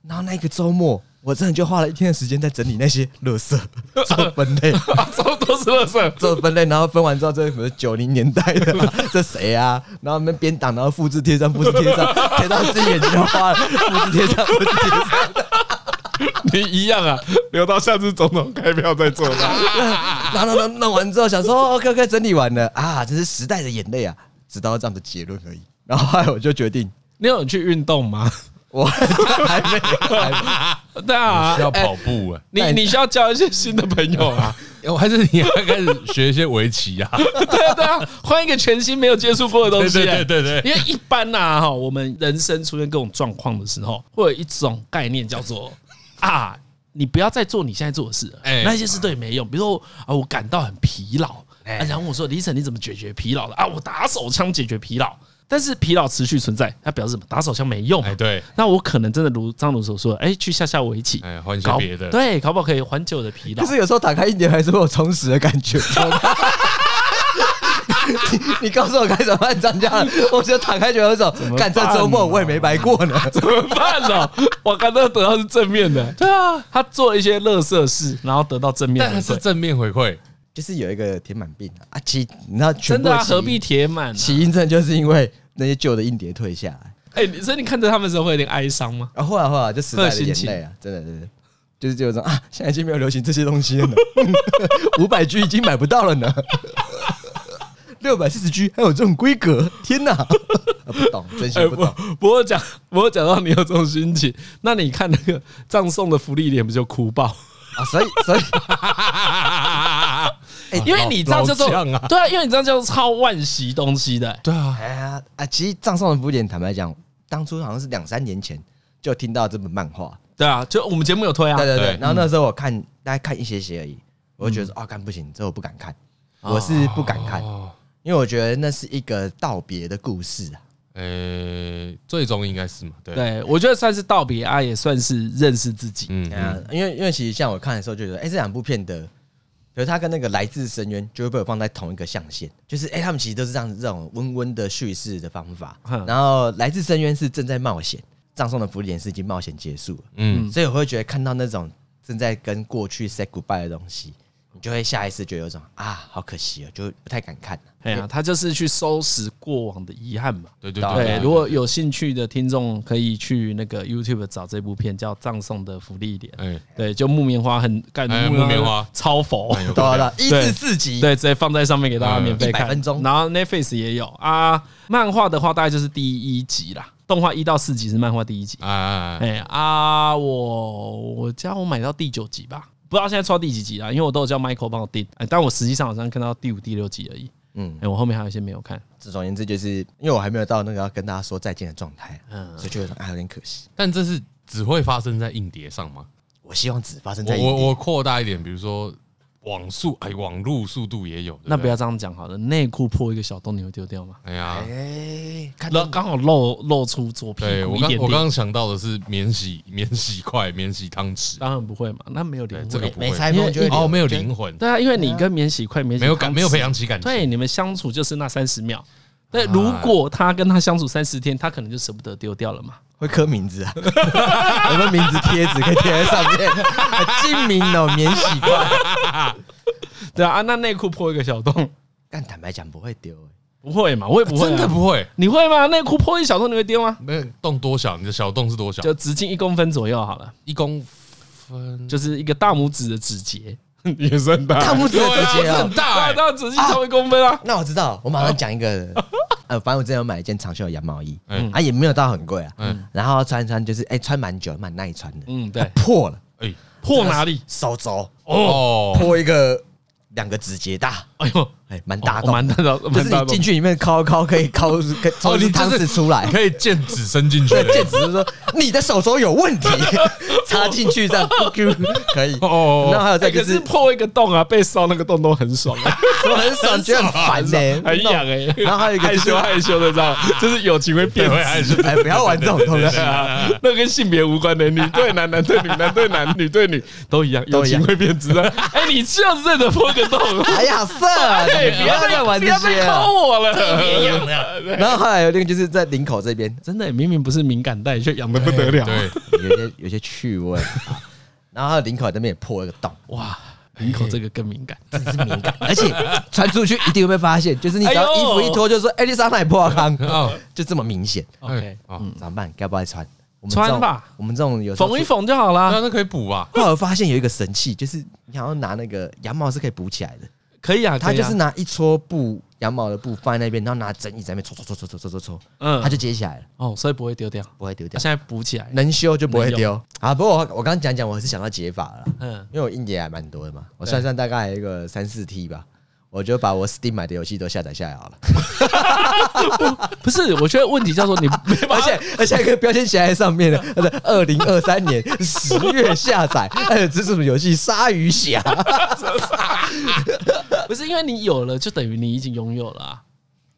Speaker 3: 然后那个周末我真的就花了一天的时间在整理那些垃 圾，做分类，
Speaker 1: 啊， 差不多是垃圾。
Speaker 3: 做分类，然后分完之后，这什么九零年代的、 啊，这谁啊？然后那边编档，然后复制贴上，复制贴 上，贴到自己眼睛都花了，复制贴上，复制贴上。
Speaker 1: 你一样啊，留到下次总统开票再做吧。
Speaker 3: 然后弄弄完之后想说 OK OK 整理完了啊，真是时代的眼泪啊，直到这样的结论而已。然后后来我就决定
Speaker 1: 你有去运动吗？
Speaker 3: 我 还没还没
Speaker 1: 对啊，
Speaker 2: 需要
Speaker 1: 哎
Speaker 2: 跑步哎、
Speaker 1: 你你需要交一些新的朋友啊。
Speaker 2: 哦还是你要开始学一些围棋啊？
Speaker 1: 对啊，对啊，换一个全新没有接触过的东西、哎
Speaker 2: 对对对对对
Speaker 1: 因为一般呐、啊、哈，我们人生出现各种状况的时候，会有一种概念叫做 啊，你不要再做你现在做的事了，
Speaker 2: 哎
Speaker 1: 那些事对你没用。比如说啊，我感到很疲劳，
Speaker 3: 哎
Speaker 1: 啊然后问我说李晨你怎么解决疲劳的啊？我打手枪解决疲劳，但是疲劳持续存在，它表示什么？打手枪没用嘛
Speaker 2: 哎，。对，
Speaker 1: 那我可能真的如张鲁所说，哎，去下下围棋，
Speaker 2: 哎，换一些
Speaker 1: 搞
Speaker 2: 别的。
Speaker 1: 对，搞不好可以缓解我的疲劳
Speaker 3: 就。是有时候打开一点还是会有充实的感觉。 你你告诉我该怎么办？涨价 了，我就打开就有一种，
Speaker 1: 啊
Speaker 3: 干这周末我也没白过 呢。
Speaker 1: 怎么办呢？我刚刚得到是正面的，对啊，他做一些乐色事，然后得到正面
Speaker 2: 但
Speaker 1: 回
Speaker 2: 是
Speaker 1: 馈，
Speaker 2: 正面回馈，
Speaker 3: 就是有一个填满病啊，啊，其你知道全
Speaker 1: 真
Speaker 3: 部
Speaker 1: 的、啊、
Speaker 3: 起因
Speaker 1: 何必填满、啊？
Speaker 3: 起因症就是因为那些旧的硬碟退下来，
Speaker 1: 哎、你所以你看着他们的时候会有点哀伤吗？
Speaker 3: 啊，后来后来就时代的眼泪啊，真的真的。就是这种啊，现在已经没有流行这些东西 了呢，五百 G 已经买不到了呢，六百四十 G 还有这种规格，天哪！啊不懂，真
Speaker 1: 哎、
Speaker 3: 心不
Speaker 1: 不
Speaker 3: 懂。
Speaker 1: 不过讲，不过讲到你有这种心情，那你看那个葬送的福利脸，不就哭爆？
Speaker 3: 啊，所以所以
Speaker 1: 哎因为你这样叫做、
Speaker 2: 老将啊
Speaker 1: 对啊，因为你这样叫做超惋惜东西的、
Speaker 2: 对啊，
Speaker 3: 哎呀啊，其实葬送的福利，坦白讲，当初好像是两三年前就听到这本漫画，
Speaker 1: 对啊，就我们节目有推啊，
Speaker 3: 对对
Speaker 2: 对
Speaker 3: 对。然后那时候我看大概看一些些而已，我就觉得说啊，看不行，这我不敢看，我是不敢看，
Speaker 2: 哦，
Speaker 3: 因为我觉得那是一个道别的故事啊。
Speaker 2: 呃，最终应该是嘛，对，
Speaker 1: 对我觉得算是道别啊，也算是认识自己。
Speaker 2: 嗯，嗯
Speaker 3: 啊，因为因为其实像我看的时候就觉得，哎，这两部片的。比如他跟那个来自深渊就会被我放在同一个象限，就是哎、他们其实都是这样子这种温温的叙事的方法
Speaker 1: 哼，
Speaker 3: 然后来自深渊是正在冒险，葬送的福利点是已经冒险结束了，
Speaker 2: 嗯，
Speaker 3: 所以我会觉得看到那种正在跟过去 say goodbye 的东西，你就会下意识觉得有种啊，好可惜哦，就不太敢看了。
Speaker 1: 哎呀、他就是去收拾过往的遗憾嘛。
Speaker 2: 对对
Speaker 1: 对，
Speaker 2: 对，
Speaker 1: 如果有兴趣的听众可以去那个 YouTube 找这部片，叫《葬送的福利点》。
Speaker 2: 哎，
Speaker 1: 对，就木棉花很感
Speaker 2: 哎木棉花
Speaker 1: 超佛，
Speaker 2: 哎有
Speaker 3: 对啊对
Speaker 2: 对
Speaker 3: 啊，一至四集，
Speaker 1: 对，直接放在上面给大家免费看，
Speaker 3: 100分钟
Speaker 1: 然后 Netflix 也有啊，漫画的话大概就是第一集啦，动画一到四集是漫画第一集。
Speaker 2: 啊啊，啊
Speaker 1: 哎啊，我我家我买到第九集吧，不知道现在出到第几集啦，因为我都有叫 Michael 帮我订，哎，但我实际上好像看到第五、第六集而已。
Speaker 3: 嗯，
Speaker 1: 哎，我后面还有一些没有看。
Speaker 3: 总而言之就是因为我还没有到那个要跟大家说再见的状态，嗯，所以就有种啊有点可惜。
Speaker 2: 但这是只会发生在硬碟上吗？
Speaker 3: 我希望只发生
Speaker 2: 我
Speaker 3: 在一
Speaker 2: 我
Speaker 3: 我
Speaker 2: 我扩大一点，比如说网速，哎，网路速度也有，对
Speaker 1: 那
Speaker 2: 对
Speaker 1: 不要这样讲好了，内裤破一个小洞，你会丢掉吗？
Speaker 2: 哎呀，
Speaker 3: 哎，看
Speaker 1: 那
Speaker 3: 到
Speaker 1: 刚好露露出左屁
Speaker 2: 对
Speaker 1: 股
Speaker 2: 我
Speaker 1: 一
Speaker 2: 刚
Speaker 1: 点
Speaker 2: 我刚
Speaker 1: 点，
Speaker 2: 刚想到的是免洗 免洗块、免洗汤匙，
Speaker 1: 当然不会嘛，那没有灵
Speaker 2: 对
Speaker 1: 魂。
Speaker 2: 这个不
Speaker 3: 没
Speaker 2: 会
Speaker 3: 裁缝就会
Speaker 2: 哦，没有
Speaker 3: 觉得
Speaker 2: 灵魂，
Speaker 1: 对啊，因为你跟免洗块免洗
Speaker 2: 没有感，
Speaker 1: 汤匙
Speaker 2: 没有培养起感情，
Speaker 1: 对，你们相处就是那三十秒。那如果他跟他相处三十天，他可能就舍不得丢掉了嘛。
Speaker 3: 会刻名字啊，有没有名字贴纸可以贴在上面？精明哦，免洗块。
Speaker 1: 对啊，啊那内裤破一个小洞，
Speaker 3: 但坦白讲不会丢，哎
Speaker 1: 不会嘛？我也不会、
Speaker 2: 啊
Speaker 1: 啊
Speaker 2: 真的，不会。
Speaker 1: 你会吗？内裤破一小洞，你会丢吗？
Speaker 2: 那洞多小？你的小洞是多小？
Speaker 1: 就直径一公分左右好了，
Speaker 2: 一公分，
Speaker 1: 就是一个大拇指的指节，也算大
Speaker 3: 大拇指的
Speaker 2: 对啊
Speaker 3: 指节
Speaker 2: 这
Speaker 3: 啊
Speaker 2: 很。大哎
Speaker 1: 大，到直径超过一公分啊。
Speaker 3: 那我知道，我马上讲一个，呃，反正我之前有买一件长袖的羊毛衣，
Speaker 2: 嗯
Speaker 3: 啊，也没有到很贵啊，
Speaker 2: 嗯
Speaker 3: 然后穿一穿就是，哎、穿蛮久，蛮耐穿的，
Speaker 1: 嗯，对，
Speaker 3: 破了，
Speaker 2: 哎
Speaker 1: 破哪里？
Speaker 3: 手肘
Speaker 2: 哦，
Speaker 3: 破一个两个指节大，
Speaker 1: 哎呦，
Speaker 3: 哎、蛮大
Speaker 1: 哦
Speaker 3: 洞，
Speaker 1: 蛮大的，
Speaker 3: 就
Speaker 1: 蛮
Speaker 3: 是
Speaker 1: 大
Speaker 3: 你
Speaker 1: 的
Speaker 3: 进。去里面敲敲可以敲出，可以抽出汤匙出来
Speaker 2: 你。可以剑指伸进去
Speaker 3: 对，，剑指是说你的手肘有问题，插进去这样，可以。
Speaker 2: 哦
Speaker 3: 然后还有
Speaker 1: 哎
Speaker 3: 再就
Speaker 1: 可
Speaker 3: 是
Speaker 1: 是，破一个洞啊，被烧那个洞都很爽啊。
Speaker 3: 我很爽，觉得很烦呢、
Speaker 1: 很痒哎、欸，
Speaker 3: 然后还有一个
Speaker 1: 害
Speaker 3: 就是
Speaker 1: 羞害羞的，知 道吗？就是友情会变
Speaker 2: 对还
Speaker 1: 质
Speaker 2: 是
Speaker 3: 哎，不要玩这种东西。
Speaker 1: 啊，那跟性别无关的，女 对男，男对女，男对男，女对女都一样，友
Speaker 3: 都一样
Speaker 1: 情会变质的。 哎，你就是认得破个洞，
Speaker 3: 哎呀，色，
Speaker 1: 哎，
Speaker 3: 你
Speaker 1: 不
Speaker 3: 不
Speaker 1: 要
Speaker 3: 要
Speaker 1: 再
Speaker 3: 再玩
Speaker 1: 不
Speaker 3: 这
Speaker 1: 要
Speaker 3: 些啊
Speaker 1: 再
Speaker 3: 了
Speaker 1: 抠。我了，别痒了。
Speaker 3: 然后后来有另一个就是在领口这边，
Speaker 1: 真的，明明不是敏感带，却痒的不得了。
Speaker 2: 对，
Speaker 3: 有些有些趣味。然后他的领口那边也破了个洞，
Speaker 1: 哇，领口这个更敏感。
Speaker 3: 哎真是 敏感，而且传出去一定会被发现。就是你只要
Speaker 1: 哎
Speaker 3: 衣
Speaker 1: 呦
Speaker 3: 服一脱，就说“哎，你上哪里破了康
Speaker 2: 哦”，
Speaker 3: 就这么明显。嗯
Speaker 1: OK，
Speaker 2: 哦，
Speaker 3: 怎么办？该不该穿？我们
Speaker 1: 穿
Speaker 3: 这种
Speaker 1: 吧。
Speaker 3: 我们这种有时候
Speaker 1: 缝一。缝就好啦
Speaker 2: 啊那，那可以补吧？
Speaker 3: 后来我发现有一个神器，就是你好像拿那个羊毛是可以补起来的。
Speaker 1: 可以啊，
Speaker 3: 他
Speaker 1: 可以
Speaker 3: 就
Speaker 1: 啊
Speaker 3: 是拿一撮布羊毛的布放在那边，然后拿针一直在那边戳戳戳戳戳戳戳戳，
Speaker 1: 嗯
Speaker 3: 他就接起来了，
Speaker 1: 哦，所以不会丢掉，
Speaker 3: 不会丢
Speaker 1: 它
Speaker 3: 掉。
Speaker 1: 现在补起来。
Speaker 3: 能修就不会
Speaker 1: 能
Speaker 3: 丢啊。不过我我刚刚讲讲，我是想到解法了啦，
Speaker 1: 嗯，
Speaker 3: 因为我硬碟还蛮多的嘛，我算算大概有一个三四 T 吧，我就把我 Steam 买的游戏都下载下来 好了，
Speaker 1: 不是，我觉得问题叫做你 没把
Speaker 3: 而且而且还可以标签写在上面的，它是二零二三年十月下载， 哎，这是什么游戏？鲨 鱼侠，
Speaker 1: 不是因为你有了，就等于你已经拥有了、啊，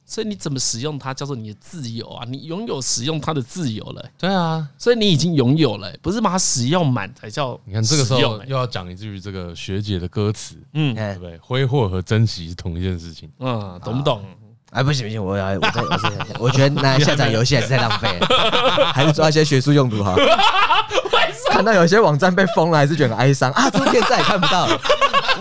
Speaker 1: 所以你怎么使用它叫做你的自由啊，你拥有使用它的自由了、
Speaker 2: 对啊，
Speaker 1: 所以你已经拥有了、不是把它使用满才叫
Speaker 2: 你看这个时
Speaker 1: 使用
Speaker 2: 候
Speaker 1: 欸
Speaker 2: 又要讲一句这个学姐的歌词，
Speaker 1: 嗯
Speaker 2: 对
Speaker 3: 哎
Speaker 2: 不对？挥霍和珍惜是同一件事情。
Speaker 1: 嗯，懂不懂？
Speaker 3: 哎，不行不行，我要我再我再，我觉得那下载游戏还是太浪费 了，还是抓一些学术用途好。看到有些网站被封了，还是觉得很哀伤啊！这部片再也看不到 了。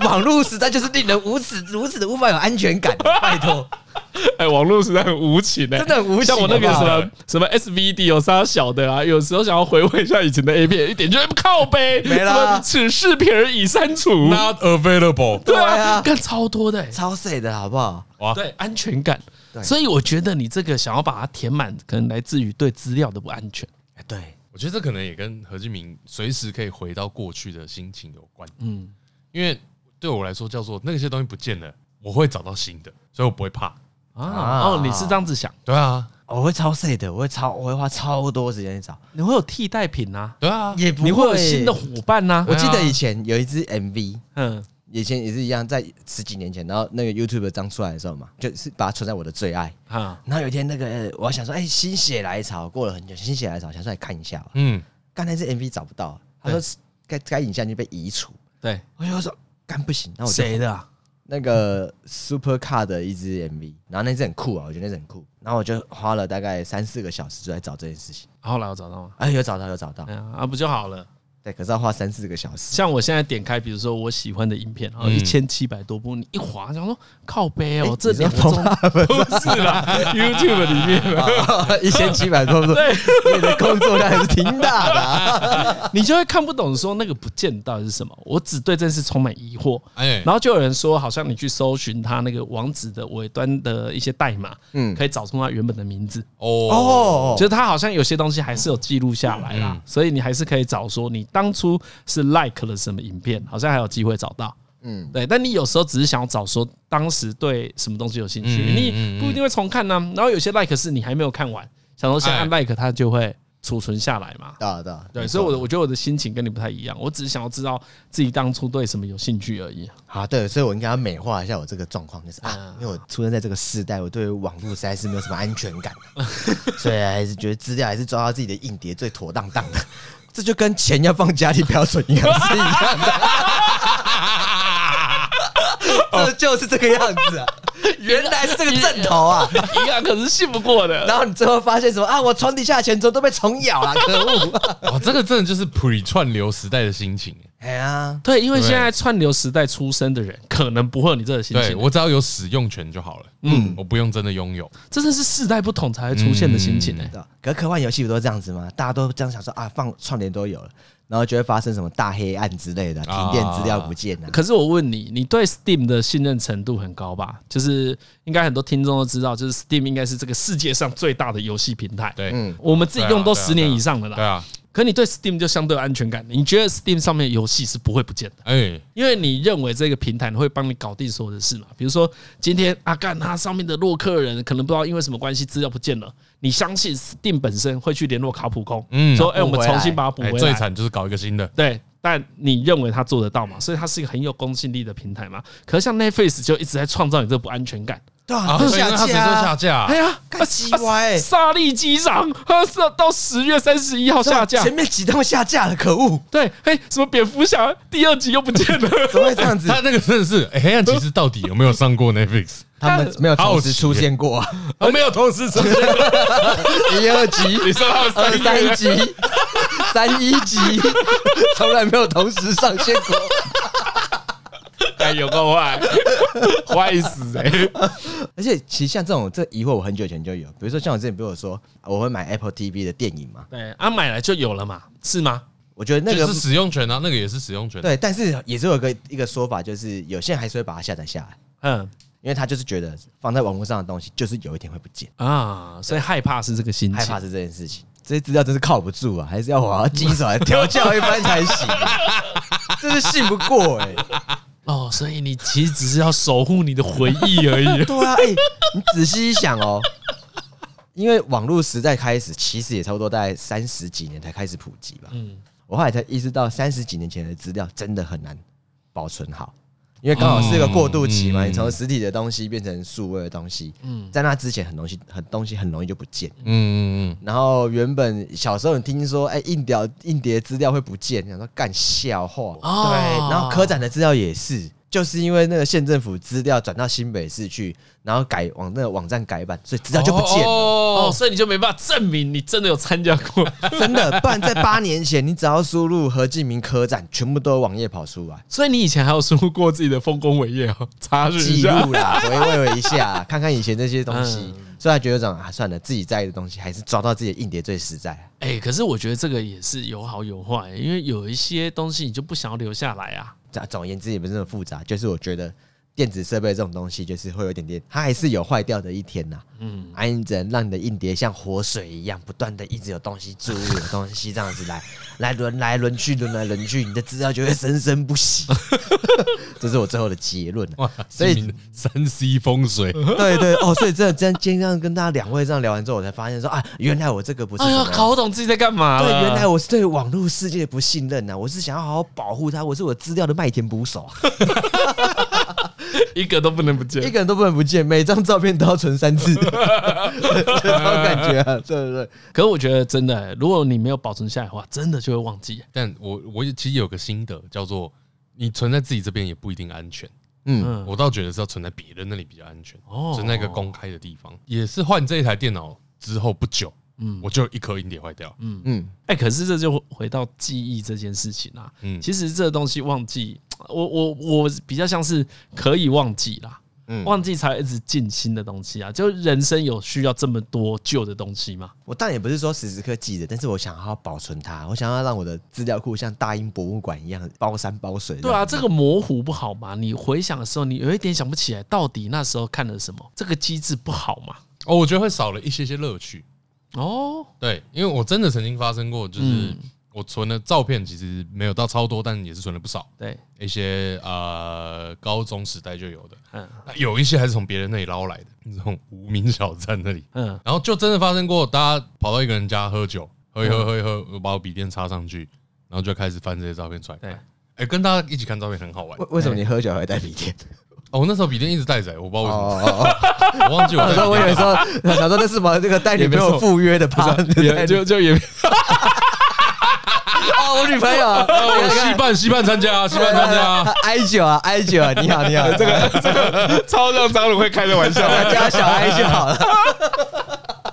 Speaker 3: 网络实在就是令人无耻，如此的无法有安全感。拜托，
Speaker 1: 哎、网络实在很无情哎、
Speaker 3: 真的很无情
Speaker 1: 像我那个
Speaker 3: 好
Speaker 1: 什
Speaker 3: 不
Speaker 1: 么什么 SVD 有啥小的啊，有时候想要回味一下以前的 A 片，一点就哎靠背，
Speaker 3: 没啦
Speaker 1: 什么此视频儿已删除，
Speaker 2: Not available，
Speaker 1: 对
Speaker 3: 对
Speaker 1: 啊，
Speaker 3: 啊
Speaker 1: 干超多的、欸，
Speaker 3: 超 sad 的好不好？
Speaker 2: 哇，
Speaker 1: 对安全感。
Speaker 3: 对
Speaker 1: 所以我觉得你这个想要把它填满，可能来自于对资料的不安全。
Speaker 3: 哎对，
Speaker 2: 我觉得这可能也跟何敬明随时可以回到过去的心情有关。嗯，因为对我来说叫做那些东西不见了，我会找到新的，所以我不会怕。
Speaker 1: 啊，
Speaker 3: 啊
Speaker 1: 哦，你是这样子想，
Speaker 2: 对啊，
Speaker 3: 我会超 sad 的，我会超我会花超多时间去找，
Speaker 1: 你会有替代品啊，
Speaker 2: 对啊，
Speaker 3: 也不啊
Speaker 1: 你会有新的伙伴呐、
Speaker 3: 我记得以前有一支 MV，
Speaker 1: 嗯，
Speaker 3: 以前也是一样，在十几年前，然后那个 YouTube 刚出来的时候嘛，就是把它存在我的最爱。
Speaker 1: 啊，
Speaker 3: 然后有一天，那个呃我想说，哎、心血来潮，过了很久，心血来潮，想出来看一下吧。
Speaker 2: 嗯，
Speaker 3: 刚才这 MV 找不到，他说该该影像就被移除，
Speaker 1: 对，
Speaker 3: 我就说干不行，那我就
Speaker 1: 谁的、啊？
Speaker 3: 那个 Super Car 的一支 MV，然后那支很酷啊，我觉得那支很酷，然后我就花了大概三四个小时就在找这件事情，
Speaker 1: 后来我找到吗？
Speaker 3: 哎，有找到有找到
Speaker 1: 哎，呀，啊，不就好了？
Speaker 3: 对，可是要花三四个小时，
Speaker 1: 像我现在点开，比如说我喜欢的影片，然后
Speaker 2: 嗯
Speaker 1: 一千七百多部，你一划，想说靠背哦，这
Speaker 3: 你说
Speaker 1: 两个钟
Speaker 3: Pornhub
Speaker 1: 不是 啦，YouTube 里面啦，
Speaker 3: 一千七百多部，你的工作量还是挺大的、 啊。
Speaker 1: 你就会看不懂说那个不见到底是什么。我只对这件事充满疑惑。
Speaker 2: 哎，
Speaker 1: 然后就有人说，好像你去搜寻它那个网址的尾端的一些代码，嗯，
Speaker 3: 嗯
Speaker 1: 可以找出它原本的名字。
Speaker 2: 哦，
Speaker 3: 哦，
Speaker 1: 就是它好像有些东西还是有记录下来啦
Speaker 2: 嗯，
Speaker 1: 所以你还是可以找说你当初是 like 了什么影片，好像还有机会找到。
Speaker 3: 嗯，
Speaker 1: 对，但你有时候只是想要找说当时对什么东西有兴趣，
Speaker 2: 嗯嗯
Speaker 1: 你不一定会重看呢、啊然后有些 like 是你还没有看完，想说先
Speaker 2: 哎
Speaker 1: 按 like 它就会储存下来嘛。
Speaker 3: 对啊对啊，
Speaker 1: 对，所以我的我觉得我的心情跟你不太一样，我只是想要知道自己当初对什么有兴趣而已。
Speaker 3: 啊，对，所以我应该要美化一下我这个状况，就是啊，因为我出生在这个世代，我对于网络实在是没有什么安全 感，所以还是觉得资料还是抓到自己的硬碟最妥当当的。这就跟钱要放家里不要存银行是一样 的，这就是这个样子啊！原来是这个阵头啊！
Speaker 1: 一样可是信不 过的。
Speaker 3: 然后你最后发现什么啊？我床底下的钱怎么都被虫咬了，可恶！
Speaker 2: 哇，哦这个真的就是 pre 串流时代的心情。 欸
Speaker 3: 哎呀，
Speaker 1: 对，因为现在串流时代出生的人，可能不会有你这个心
Speaker 2: 对
Speaker 1: 情。
Speaker 2: 我只要有使用权就好了，嗯，我不用真的拥有。
Speaker 1: 这真是世代不同才会出现的心情
Speaker 2: 嗯
Speaker 1: 哎、
Speaker 3: 对啊，可是科幻游戏不都这样子吗？大家都这样想说啊，放串联都有了，然后就会发生什么大黑暗之类的，停电资料不见啊。
Speaker 2: 嗯
Speaker 1: 可是我问你，你对 Steam 的信任程度很高吧？就是应该很多听众都知道，就是 Steam 应该是这个世界上最大的游戏平台。，
Speaker 2: 对，
Speaker 1: 我们自己用都十年以上了啦。
Speaker 2: 对啊，
Speaker 1: 可你对 Steam 就相对有安全感，你觉得 Steam 上面的游戏是不会不见的？
Speaker 2: 哎，
Speaker 1: 因为你认为这个平台会帮你搞定所有的事嘛，比如说今天阿干他上面的洛克人可能不知道因为什么关系资料不见了，你相信 Steam 本身会去联络卡普空，
Speaker 2: 嗯
Speaker 1: 说哎、我们重新把它补
Speaker 2: 哎
Speaker 1: 回
Speaker 2: 最
Speaker 1: 来，
Speaker 2: 惨就是搞一个新的，
Speaker 1: 对，但你认为他做得到嘛，所以它是一个很有公信力的平台嘛。可是像 Netflix 就一直在创造你这不安全感，
Speaker 3: 对啊，
Speaker 2: 啊，
Speaker 3: 都
Speaker 2: 所以
Speaker 3: 下
Speaker 2: 那它只是
Speaker 3: 架
Speaker 2: 下
Speaker 3: 啊，
Speaker 2: 架
Speaker 1: 哎。呀，
Speaker 3: 干鸡歪
Speaker 1: 萨利机长，他是 到十月三十一号下架
Speaker 3: 前，面几段下架了，可恶，
Speaker 1: 对，哎，什么蝙蝠侠第二集又不见了。
Speaker 3: 怎么会这样子
Speaker 2: 他？那个真的是、哎黑暗骑士到底有没有上过 Netflix？
Speaker 3: 他们没有同时出现过啊，
Speaker 2: 哦，没有同时出 现，
Speaker 3: 一二集、
Speaker 2: 你说他们
Speaker 3: 二
Speaker 2: 三个
Speaker 3: 三 集、三一集，从来没有同时上线过。
Speaker 1: 哎，有够坏，坏死哎、
Speaker 3: 而且其实像这种这疑惑，我很久以前就有，比如说像我之前不是有说我会买 Apple TV 的电影嘛，
Speaker 1: 对，啊，买来就有了嘛，是吗？
Speaker 3: 我觉得那
Speaker 2: 就
Speaker 3: 个
Speaker 2: 是使用权啊，那个也是使用权。
Speaker 3: 对，但是也是有个一个说法，就是有些人还是会把它下载下来。
Speaker 1: 嗯
Speaker 3: 因为他就是觉得放在网络上的东西，就是有一天会不见，
Speaker 1: 啊，所以害怕是这个心情，
Speaker 3: 害怕是这件事情。这些资料真是靠不住啊，还是要我要亲手来调教一番才行， 这是信不过哎、。
Speaker 1: 哦，所以你其实只是要守护你的回忆而已
Speaker 3: 对啊，哎、你仔细一想哦，因为网络时代开始，其实也差不多大概三十几年才开始普及吧。嗯，我后来才意识到，三十几年前的资料真的很难保存好，因为刚好是一个过渡期嘛，你从实体的东西变成数位的东西，嗯，在那之前很东西很东西很容易就不见。
Speaker 2: 嗯嗯
Speaker 3: 然后原本小时候你听说，哎，硬屌硬碟资料会不见，想说干笑话，
Speaker 1: 哦
Speaker 3: 对，然后科展的资料也是。就是因为那个县政府资料转到新北市去，然后改往那个网站改版，所以资料就不见了。
Speaker 1: 哦，
Speaker 2: 哦，
Speaker 1: 所以你就没办法证明你真的有参加 过。
Speaker 3: 真的，不然在八年前，你只要输入何敬明科展，全部都有网页跑出来，
Speaker 1: 所以你以前还有输入过自己的丰功伟业哦，查询一
Speaker 3: 记
Speaker 1: 下。
Speaker 3: 录啦，回
Speaker 1: 啊
Speaker 3: 味一下，看看以前这些东西。
Speaker 1: 嗯
Speaker 3: 所以他觉得这种啊，算了，自己在意的东西还是抓到自己的硬碟最实在。
Speaker 1: 哎、可是我觉得这个也是有好有坏，因为有一些东西你就不想要留下来啊。
Speaker 3: 总总而言之，也不是那么复杂，就是我觉得电子设备这种东西，就是会有一点点，它还是有坏掉的一天呐。嗯，啊，你只能让你的硬碟像活水一样，不断的一直有东西注入，有东西这样子来来轮来轮去，轮来轮去，你的资料就会生生不息。 这是我最后的结论啊。
Speaker 2: 哇，
Speaker 3: 所以
Speaker 2: 姓名三 C 风水，
Speaker 3: 对对哦，所以真的真今天这样跟大家两位这样聊完之后，我才发现说啊，原来我这个不是
Speaker 1: 哎
Speaker 3: 什
Speaker 1: 呀，
Speaker 3: 么
Speaker 1: 搞懂自己在干嘛
Speaker 3: 对，
Speaker 1: 了。
Speaker 3: 原来我是对网络世界的不信任呐、我是想要好好保护它，我是我资料的麦田捕手啊，
Speaker 1: 一个都不能不
Speaker 3: 一
Speaker 1: 见。
Speaker 3: 个人都不能不见，每张照片都要存三次，就 这种感觉啊，对不对？
Speaker 1: 可是我觉得真的、如果你没有保存下来的话，真的就会忘记。
Speaker 2: 但我我其实有个心得，叫做你存在自己这边也不一定安全。
Speaker 3: 嗯，
Speaker 1: 嗯，
Speaker 2: 我倒觉得是要存在别人那里比较安全，
Speaker 1: 哦
Speaker 2: 存在一个公开的地方。也是换这一台电脑之后不久，嗯，我就有一颗硬碟坏掉，嗯，
Speaker 3: 嗯，
Speaker 1: 哎、可是这就回到记忆这件事情啊。
Speaker 2: 嗯
Speaker 1: 其实这东西忘记，我我我比较像是可以忘记啦，忘记才一直进新的东西啊。就人生有需要这么多旧的东西吗？
Speaker 3: 我当然也不是说时时刻记着，但是我想好好保存它，我想要让我的资料库像大英博物馆一样包山包水。
Speaker 1: 对啊，，这个模糊不好嘛？你回想的时候，你有一点想不起来到底那时候看了什么，这个机制不好嘛？
Speaker 2: 哦，我觉得会少了一些些乐趣。
Speaker 1: 哦，
Speaker 2: 对，因为我真的曾经发生过，就是
Speaker 1: 嗯
Speaker 2: 我存的照片其实没有到超多，但也是存了不少，
Speaker 1: 对，
Speaker 2: 一些呃高中时代就有的，
Speaker 1: 嗯
Speaker 2: 那有一些还是从别人那里捞来的，那种无名小站那里。
Speaker 1: 嗯，
Speaker 2: 然后就真的发生过，大家跑到一个人家喝酒，喝一喝喝一喝，我把我笔电插上去，然后就开始翻这些照片出来看。
Speaker 1: 对
Speaker 2: 哎、跟大家一起看照片很好玩。
Speaker 3: 为为什么你喝酒还会带笔电？
Speaker 2: 哦，我那时候笔电一直带着、我不知道为什么，
Speaker 3: 哦哦。
Speaker 2: 我忘记我
Speaker 3: 我
Speaker 2: 带
Speaker 3: 说我
Speaker 2: 笔
Speaker 3: 有
Speaker 2: 电
Speaker 3: 时候想说那是什么那个带女朋友赴约的吧？
Speaker 1: 也就就也
Speaker 3: 哦，我女朋友，
Speaker 2: 哦我西半西半参加，西半 参加。
Speaker 3: 哀九啊，哀九啊，你好，你好，这个
Speaker 1: 超像张鲁会开的玩笑，
Speaker 3: 叫小哀就好了。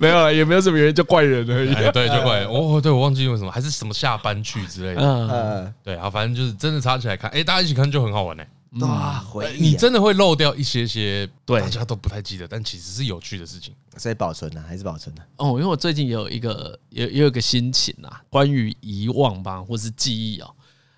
Speaker 1: 没有了，啊也没有什么原因，就怪人而已。
Speaker 2: 哎，对，就怪我，哦对我忘记为什么，还是什么下班去之类的。
Speaker 1: 嗯，
Speaker 3: 呃，
Speaker 2: 对啊，反正就是真的插起来看，哎，大家一起看就很好玩哎。
Speaker 3: 哇，回忆啊，
Speaker 2: 你真的会漏掉一些些，
Speaker 1: 对
Speaker 2: 大家都不太记得，但其实是有趣的事情。
Speaker 3: 所以保存呢，还是保存呢？啊
Speaker 1: 哦，因为我最近也有一个也也有一个心情啊，关于遗忘吧，或是记忆哦。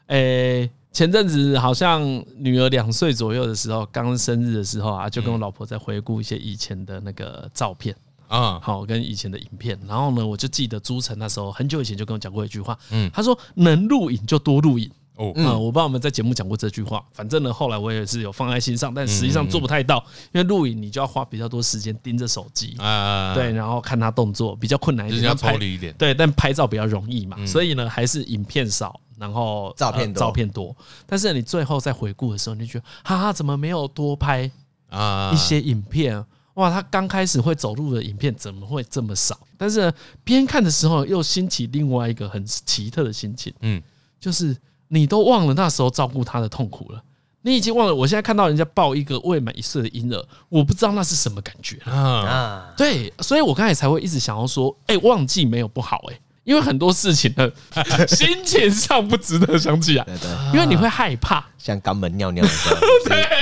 Speaker 1: 诶、前阵子好像女儿两岁左右的时候，刚生日的时候啊，就跟我老婆在回顾一些以前的那个照片。
Speaker 2: 啊，
Speaker 1: 好跟以前的影片，然后呢，我就记得朱晨那时候很久以前就跟我讲过一句话，嗯，他说能录影就多录影。
Speaker 2: 哦，
Speaker 1: 嗯，我不知道我们在节目讲过这句话，反正呢，后来我也是有放在心上，但实际上做不太到，因为录影你就要花比较多时间盯着手机，
Speaker 2: 啊，
Speaker 1: 对，，然后看他动作比较困难一
Speaker 2: 就是
Speaker 1: 点，嗯
Speaker 2: 要
Speaker 1: 但拍
Speaker 2: 抽离一点。
Speaker 1: 对，但拍照比较容易嘛，所以呢，还是影片少，然后
Speaker 3: 照片多
Speaker 1: 照片多，但是你最后在回顾的时候，你就觉得哈哈，怎么没有多拍？
Speaker 2: 啊，
Speaker 1: 一些影片。哇，他刚开始会走路的影片怎么会这么少？但是呢边看的时候又兴起另外一个很奇特的心情，
Speaker 2: 嗯，
Speaker 1: 就是你都忘了那时候照顾他的痛苦了，你已经忘了。我现在看到人家抱一个未满一岁的婴儿，我不知道那是什么感觉了。
Speaker 2: 啊，
Speaker 3: 啊，
Speaker 1: 对，所以我刚才才会一直想要说，哎、忘记没有不好、哎，因为很多事情呢， 心情上不值得想起来，
Speaker 3: 对对，
Speaker 1: 因为你会害怕。
Speaker 2: 啊
Speaker 3: 像肛门尿尿的时候，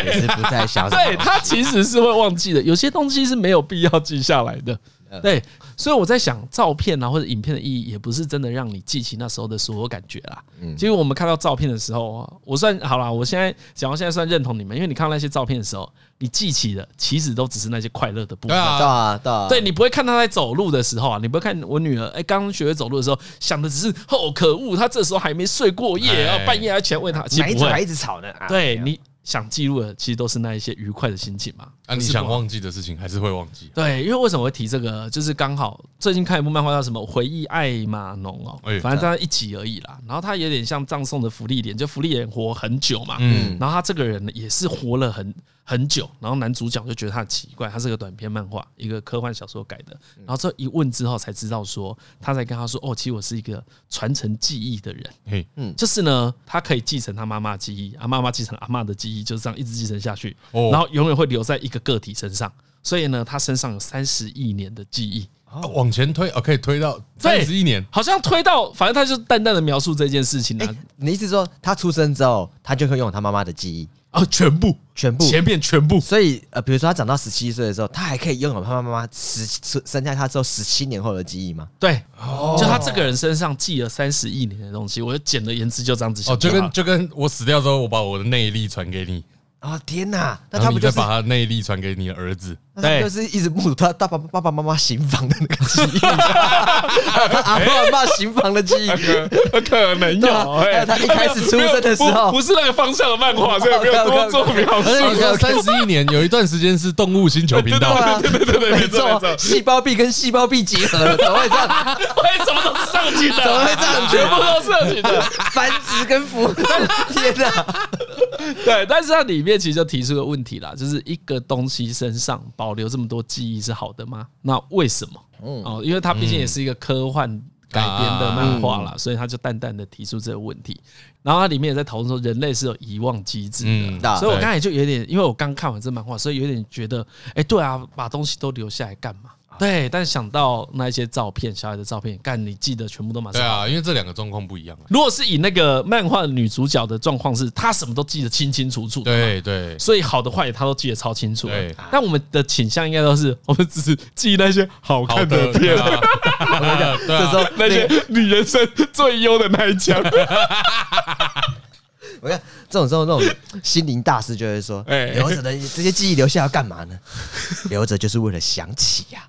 Speaker 3: 也是也是不太想什
Speaker 1: 对
Speaker 3: 么。
Speaker 1: 他其实是会忘记的，有些东西是没有必要记下来的。
Speaker 2: 嗯
Speaker 1: 对，所以我在想，照片啊或者影片的意义，也不是真的让你记起那时候的所有感觉啦。
Speaker 2: 嗯
Speaker 1: 其实我们看到照片的时候啊，我算好啦，我现在讲到现在算认同你们，因为你看到那些照片的时候，你记起的其实都只是那些快乐的部
Speaker 2: 对
Speaker 1: 分。
Speaker 3: 对
Speaker 2: 啊，
Speaker 3: 啊，对啊，
Speaker 1: 对你不会看她在走路的时候啊，你不会看我女儿哎刚学会走路的时候，想的只是哦可恶，她这时候还没睡过夜，
Speaker 2: 哎
Speaker 1: 要半夜还起来喂她，其实
Speaker 3: 哪一
Speaker 1: 不
Speaker 3: 组还
Speaker 1: 会。
Speaker 3: 一直吵呢？啊
Speaker 1: 对你想记录的，其实都是那一些愉快的心情嘛。
Speaker 2: 啊，你想忘记的事情还是会忘记。
Speaker 1: 对，因为为什么会提这个？就是刚好最近看一部漫画叫什么《回忆艾玛农》哦
Speaker 2: 哎，
Speaker 1: 反正它一集而已啦。然后它有点像葬送的福利莲，就福利莲活很久嘛，
Speaker 2: 嗯
Speaker 1: 然后他这个人呢也是活了很很久。然后男主角就觉得他很奇怪，他是个短篇漫画，一个科幻小说改的。
Speaker 2: 嗯
Speaker 1: 然后这一问之后才知道说，他才跟他说：“哦，其实我是一个传承记忆的人。”
Speaker 2: 嘿，
Speaker 3: 嗯
Speaker 1: 就是呢，他可以继承他妈妈的记忆，啊，妈妈继承阿妈的记忆，就是这样一直继承下去，
Speaker 2: 哦
Speaker 1: 然后永远会留在一个个体身上。所以呢，他身上有三十亿年的记忆，
Speaker 2: 啊往前推啊，可以推到三
Speaker 1: 对
Speaker 2: 十一年。
Speaker 1: 好像推到，反正他就淡淡的描述这件事情
Speaker 3: 哎、
Speaker 1: 啊，
Speaker 3: 你意思说他出生之后，他就会拥有他妈妈的记忆，
Speaker 1: 啊，全部，
Speaker 3: 全部。
Speaker 1: 前面全部，
Speaker 3: 所以呃，比如说他长到十七岁的时候，他还可以拥有他妈妈十出生下他之后十七年后的记忆吗？
Speaker 1: 对，就他这个人身上记了三十亿年的东西，我就剪了颜值就这样子
Speaker 2: 哦，
Speaker 1: 想
Speaker 2: 就
Speaker 1: 好
Speaker 2: 跟
Speaker 1: 了
Speaker 2: 就跟我死掉之后，我把我的内力传给你，
Speaker 3: 啊、天哪！那
Speaker 2: 然
Speaker 3: 他
Speaker 2: 后
Speaker 3: 不
Speaker 2: 你
Speaker 3: 就
Speaker 2: 再
Speaker 3: 是
Speaker 2: 把他的内力传给你的儿 子。
Speaker 3: 那他
Speaker 1: 对
Speaker 3: 就是一直目睹他爸爸爸爸妈妈刑房的那个记忆，还有他阿爸阿妈刑房的记忆，
Speaker 1: 可能
Speaker 3: 对啊还有他一开始出生的时候
Speaker 1: 不不是那个方向的漫画，所以没有多做描述。
Speaker 2: 所以说三十一年有一段时间是动物星球频
Speaker 3: 啊对
Speaker 2: 道
Speaker 3: 啊，对对对，没错，细胞壁跟细胞壁结合了，怎么会这样？
Speaker 1: 为什么都是色情的？
Speaker 3: 怎么会这样
Speaker 1: 全部都是色情的。
Speaker 3: 繁殖跟服， 天哪！
Speaker 1: 对，但是它里面其实就提出个问题啦，就是一个东西身上保留这么多记忆是好的吗？那为什么？
Speaker 2: 嗯
Speaker 1: 哦，因为它毕竟也是一个科幻改编的漫画啦，所以他就淡淡的提出这个问题。然后它里面也在讨论说，人类是有遗忘机制的。
Speaker 2: 嗯，
Speaker 3: 啊
Speaker 1: 所以我
Speaker 2: 对
Speaker 1: 刚才就有点，因为我刚看完这漫画，所以有点觉得，哎、对啊，把东西都留下来干嘛？对，但想到那一些照片，小孩的照片，干你记得全部都马
Speaker 2: 对
Speaker 1: 上。
Speaker 2: 啊，因为这两个状况不一样啊。
Speaker 1: 如果是以那个漫画女主角的状况，是她什么都记得清清楚楚，，
Speaker 2: 对对，
Speaker 1: 所以好的坏的她都记得超清楚
Speaker 2: 对。
Speaker 1: 但我们的倾向应该都是，我 们只是记那些好
Speaker 2: 好
Speaker 1: 看的片，
Speaker 2: 啊，啊 对
Speaker 3: 这时候
Speaker 2: 啊，
Speaker 1: 那些你人生最优的那一 枪。
Speaker 3: 我看这种时候，那种心灵大师就会说：“
Speaker 1: 哎
Speaker 3: 留着的这些记忆留下要干嘛呢？留着就是为了想起呀。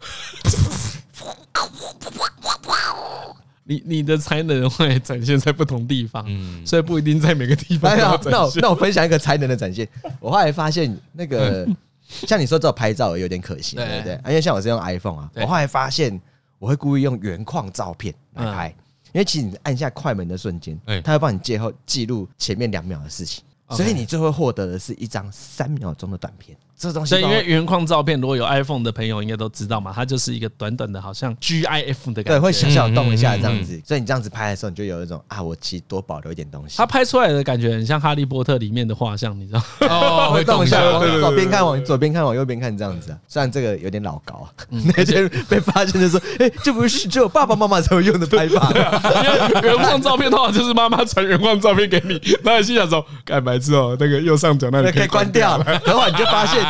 Speaker 1: 你你的才能会展现在不同地方，所以不一定在每个地”方
Speaker 3: 嗯 哎
Speaker 1: 都
Speaker 3: 呀
Speaker 1: 要，
Speaker 3: 那
Speaker 1: 展
Speaker 3: 我
Speaker 1: 现。
Speaker 3: 那我分享一个才能的展现。 我后来发现，那个像你说这种拍照有点可惜，
Speaker 1: 嗯对
Speaker 3: 对不对？因为像我是用 iPhone 啊，
Speaker 1: 对
Speaker 3: 我后来发现我会故意用原矿照片来拍，
Speaker 1: 嗯
Speaker 3: 因为其实你按下快门的瞬间
Speaker 2: 哎，
Speaker 3: 它会帮你记后记录前面两秒的事情，
Speaker 1: OK
Speaker 3: 所以你最后获得的是一张三秒钟的短片。这东
Speaker 1: 所
Speaker 3: 西
Speaker 1: 以，因
Speaker 3: 帮我
Speaker 1: 为原矿照片，如果有 iPhone 的朋友应该都知道嘛，它就是一个短短的，好像 GIF 的感觉，
Speaker 3: 对，会小
Speaker 1: 嗯
Speaker 3: 小动一下这样子，所以你这样子拍的时候，你就有一种啊，我其实多保留一点东西
Speaker 1: 它。拍出来的感觉很像《哈利波特》里面的画像， 你知道吗？
Speaker 2: 哦，会动一下，
Speaker 3: 往左边看，往左边看，往右边看，这样子啊。虽然这个有点老高啊， 那些被发现的时候，哎，这不是只有爸爸妈妈才会用的拍法
Speaker 1: 啊
Speaker 3: 吗？
Speaker 1: 因为原矿照片的话，就是妈妈传原矿照片给你，那你心想说：“干白痴哦，那个右上角那
Speaker 3: 那
Speaker 1: 里
Speaker 3: 可以关。掉。然后你就发现，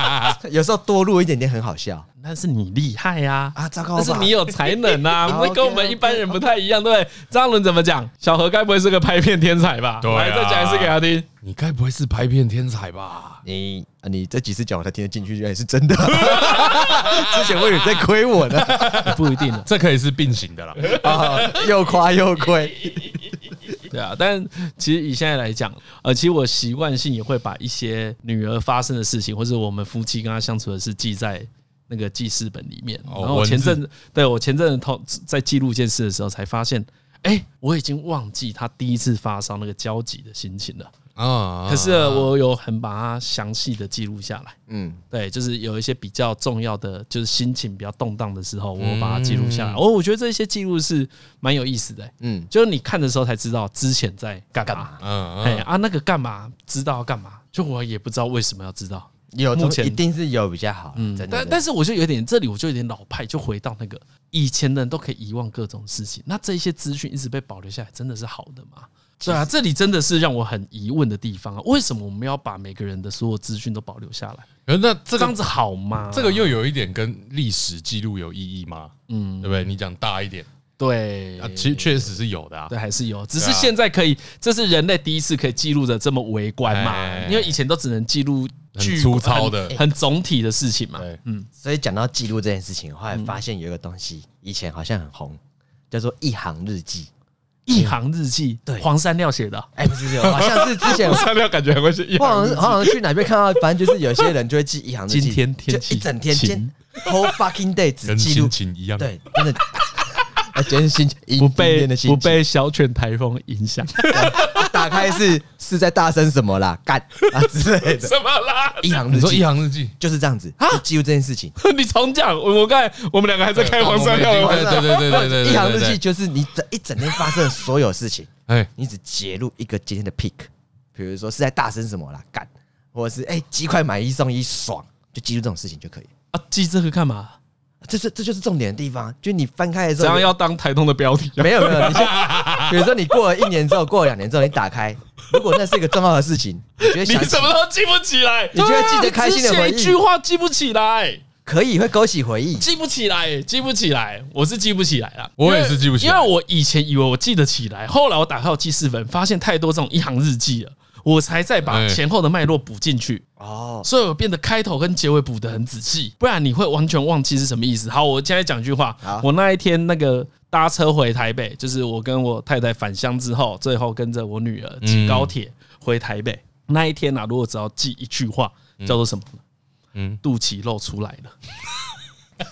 Speaker 3: 有时候多录一点点很好笑”
Speaker 1: 那是你厉害呀、啊！
Speaker 3: 啊，糟糕
Speaker 1: 那
Speaker 3: 吧，
Speaker 1: 是你有才能啊，
Speaker 3: 好
Speaker 1: 会跟我们
Speaker 3: OK，OK，
Speaker 1: 一般人不太一样，对不对？张伦怎么讲？小何该不会是个拍片天才吧？
Speaker 2: 对啊
Speaker 1: 来，再讲一次给他听。
Speaker 2: 你该不会是拍片天才吧？
Speaker 3: 你啊，你这几次讲我才听得进去，原来哎是真的。 之前我以为在亏我呢，
Speaker 1: 不一定了，
Speaker 2: 这可以是并行的啦。
Speaker 3: 啊，又夸又亏。
Speaker 1: 对啊，但其实以现在来讲，呃，其实我习惯性也会把一些女儿发生的事情，或者我们夫妻跟她相处的事，记在那个记事本里面。
Speaker 2: 哦
Speaker 1: 然后我
Speaker 2: 文字
Speaker 1: 前阵子对我前阵子偷在记录一件事的时候，才发现，哎、我已经忘记她第一次发烧那个焦急的心情了。
Speaker 2: 啊，
Speaker 1: 可是呃我有很把它详细的记录下来。
Speaker 3: 嗯，
Speaker 1: 对，就是有一些比较重要的，就是心情比较动荡的时候，我把它记录下来。哦，我觉得这些记录是蛮有意思的、嗯
Speaker 3: 嗯，
Speaker 1: 就是你看的时候才知道之前在干嘛。
Speaker 2: 嗯，
Speaker 1: 哎、啊，那个干嘛知道要干嘛？就我也不知道为什么要知道。
Speaker 3: 有
Speaker 1: 目
Speaker 3: 目
Speaker 1: 前
Speaker 3: 前一定是有比较好，嗯，真的
Speaker 1: 但但是我就有点这里，我就有点老派，就回到那个以前的人都可以遗忘各种事情，那这些资讯一直被保留下来，真的是好的吗？对啊，这里真的是让我很疑问的地方啊！为什么我们要把每个人的所有资讯都保留下来？
Speaker 2: 可是那
Speaker 1: 这
Speaker 2: 这
Speaker 1: 样
Speaker 2: 个
Speaker 1: 子好吗？
Speaker 2: 这个又有一点跟历史记录有意义吗？嗯，对不对？你讲大一点
Speaker 1: 对
Speaker 2: 啊，其实确实是有的啊。
Speaker 1: 对，还是有，只
Speaker 2: 对
Speaker 1: 是
Speaker 2: 啊
Speaker 1: 现在可以，这是人类第一次可以记录的这么微观嘛
Speaker 2: 哎？
Speaker 1: 因为以前都只能记录
Speaker 2: 很
Speaker 1: 巨
Speaker 2: 粗糙的
Speaker 1: 很很总体的事情嘛。
Speaker 2: 对，
Speaker 3: 所以讲到记录这件事情，后来发现有一个东西，以前好像很红，叫做一行日记。
Speaker 1: 一行日记，
Speaker 3: 对
Speaker 1: 黄山料写的，
Speaker 3: 哎，不是这个，好像是之前
Speaker 2: 我上料感觉很会写一
Speaker 3: 我好
Speaker 2: 行
Speaker 3: 像是
Speaker 2: 字，
Speaker 3: 好像去哪边看到，反正就是有些人就会记一行日记，
Speaker 1: 今天天气
Speaker 3: 就一整天，
Speaker 1: 晴
Speaker 3: 今 whole fucking day 只
Speaker 2: 跟
Speaker 3: 记录
Speaker 2: 心，情一样。
Speaker 3: 对，真的，啊，今天心情
Speaker 1: 不
Speaker 3: 今
Speaker 1: 被
Speaker 3: 天的心
Speaker 1: 不
Speaker 3: 情啊
Speaker 1: 被小犬台风影响，
Speaker 3: 打开是是在大声什么啦，干啊之类的，
Speaker 2: 什么啦？
Speaker 3: 一行
Speaker 2: 你
Speaker 3: 日
Speaker 2: 说一
Speaker 3: 记
Speaker 2: 行啊日记？
Speaker 3: 就是这样子就记录这件事情，
Speaker 1: 你重讲，我我刚才我们两个还在开黄山料，
Speaker 2: 对对对对对对对，
Speaker 3: 一行日
Speaker 2: 对
Speaker 3: 记。就是你整一整天发生的所有事情，
Speaker 2: 哎，
Speaker 3: 你只截录一个今天的 pick，比如说是在大声什么啦，干，或者是哎鸡块买一送一爽，就记录这种事情就可以。
Speaker 1: 啊，记这个干嘛？
Speaker 3: 这是这就是重点的地方，啊就你翻开的时
Speaker 1: 怎
Speaker 3: 候
Speaker 1: 样，要当台通的标题啊？
Speaker 3: 没有没有，你先，比如说你过了一年之后，过了两年之后，你打开，如果那是一个重要的事情，你觉得
Speaker 2: 你
Speaker 3: 想起
Speaker 2: 什么都记不起来，
Speaker 3: 你就会记得开心的回忆
Speaker 1: 对啊你只写一句话记不起来，
Speaker 3: 可以会勾起回忆，
Speaker 1: 记不起来，记不起来，我是记不起来了。
Speaker 2: 我也是记不起来
Speaker 1: 因为我以前以为我记得起来，后来我打开我记事本，发现太多这种一行日记了。我才再把
Speaker 2: 哎
Speaker 1: 前后的脉络补进去，
Speaker 3: 哦，
Speaker 1: 所以我变得开头跟结尾补得很仔细，不然你会完全忘记是什么意思。好，我现在讲一句话
Speaker 3: 好，
Speaker 1: 我那一天那个搭车回台北，就是我跟我太太返乡之后，最后跟着我女儿挤高铁回台北。那一天啊，如果只要记一句话，叫做什么呢？
Speaker 2: 嗯，
Speaker 1: 肚脐露出来了。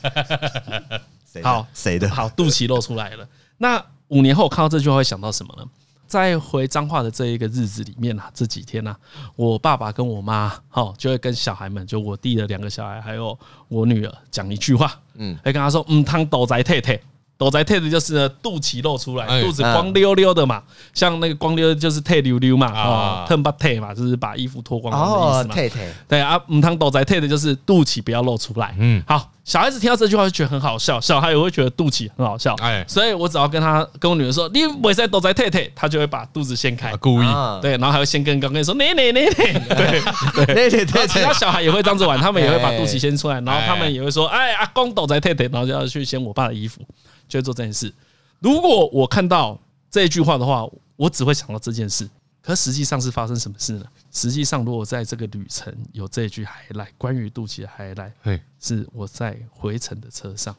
Speaker 3: 谁的
Speaker 1: 好
Speaker 3: 谁的？
Speaker 1: 好，肚脐露出来了。那五年后我看到这句话会想到什么呢？在回彰化的这一个日子里面啊，这几天啊，我爸爸跟我妈哦，就会跟小孩们，就我弟的两个小孩，还有我女儿讲一句话，嗯，会跟他说，嗯，汤斗宅退退。斗宅退的就是呢肚脐露出来，
Speaker 2: 哎
Speaker 1: 肚子光溜溜的嘛，像那个光溜溜就是退溜溜嘛，哦
Speaker 2: 啊，
Speaker 1: 褪把退嘛，就是把衣服脱光光的意
Speaker 3: 哦
Speaker 1: 思，嘛。
Speaker 3: 太太，
Speaker 1: 对啊，母汤斗宅退的就是肚脐不要露出来。嗯
Speaker 2: 嗯，
Speaker 1: 好，小孩子听到这句话就觉得很好笑，小孩也会觉得肚脐很好笑。哎
Speaker 2: 哎，
Speaker 1: 所以我只要跟他跟我女儿说，你不在斗宅退退，他就会把肚子掀开
Speaker 2: 啊。故意
Speaker 3: 啊
Speaker 1: 对，然后还会先跟刚跟说奶奶奶奶，对，
Speaker 3: 对对对
Speaker 1: 其他小孩也会这样子玩，他们也会把肚脐掀出来，然后
Speaker 2: 哎
Speaker 1: 他们也会说，哎，阿公斗宅退退，然后就要去掀我爸的衣服，就会做这件事。如果我看到这一句话的话，我只会想到这件事。可实际上是发生什么事呢？实际上，如果在这个旅程有这一句 highlight，关于肚脐的 highlight，
Speaker 2: 嘿，
Speaker 1: 是我在回程的车上，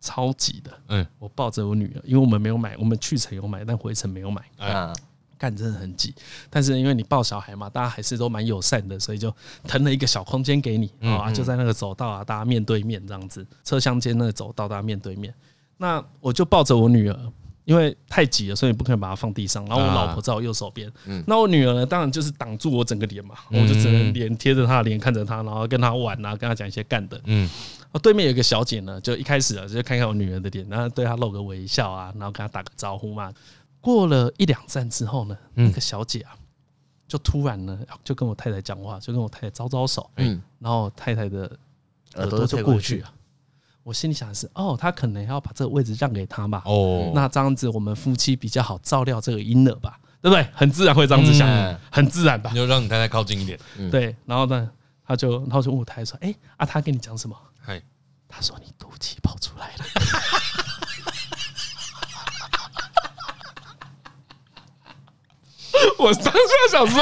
Speaker 1: 超级的，
Speaker 2: 嗯，
Speaker 1: 我抱着我女儿，因为我们没有买，我们去程有买，但回程没有买。
Speaker 3: 啊，
Speaker 1: 干真的很挤，但是因为你抱小孩嘛，大家还是都蛮友善的，所以就腾了一个小空间给你
Speaker 2: 嗯
Speaker 1: 哦啊，就在那个走道啊，大家面对面这样子，车厢间那个走道大家面对面。那我就抱着我女儿，因为太挤了，所以不可能把她放地上。然后我
Speaker 2: 啊嗯
Speaker 1: 老婆在我右手边，那我女儿呢，当然就是挡住我整个脸嘛，哦我就只能脸贴着她的脸看着她，然后跟她玩啊，跟她讲一些干的。
Speaker 2: 嗯，
Speaker 1: 哦，对面有一个小姐呢，就一开始啊，就看看我女儿的脸，然后对她露个微笑啊，然后跟她打个招呼嘛。过了一两站之后呢，那个小姐啊，就突然呢，就跟我太太讲话，就跟我太太招招手，嗯
Speaker 3: 嗯，
Speaker 1: 然后太太的耳
Speaker 3: 耳
Speaker 1: 朵
Speaker 3: 朵
Speaker 1: 就
Speaker 3: 就
Speaker 1: 过
Speaker 3: 过
Speaker 1: 去
Speaker 3: 去
Speaker 1: 了。我心里想的是，哦，她可能要把这个位置让给她吧，
Speaker 2: 哦，
Speaker 1: 那这样子我们夫妻比较好照料这个婴儿吧，对不对？很自然会这样子想，
Speaker 2: 嗯
Speaker 1: 很自然吧
Speaker 2: 你？就让你太太靠近一点。
Speaker 1: 对，然后呢，她就，然后就问我太太说，哎、啊，她跟你讲什么？
Speaker 2: 嘿，
Speaker 1: 他说你肚脐跑出来了。我当下想说，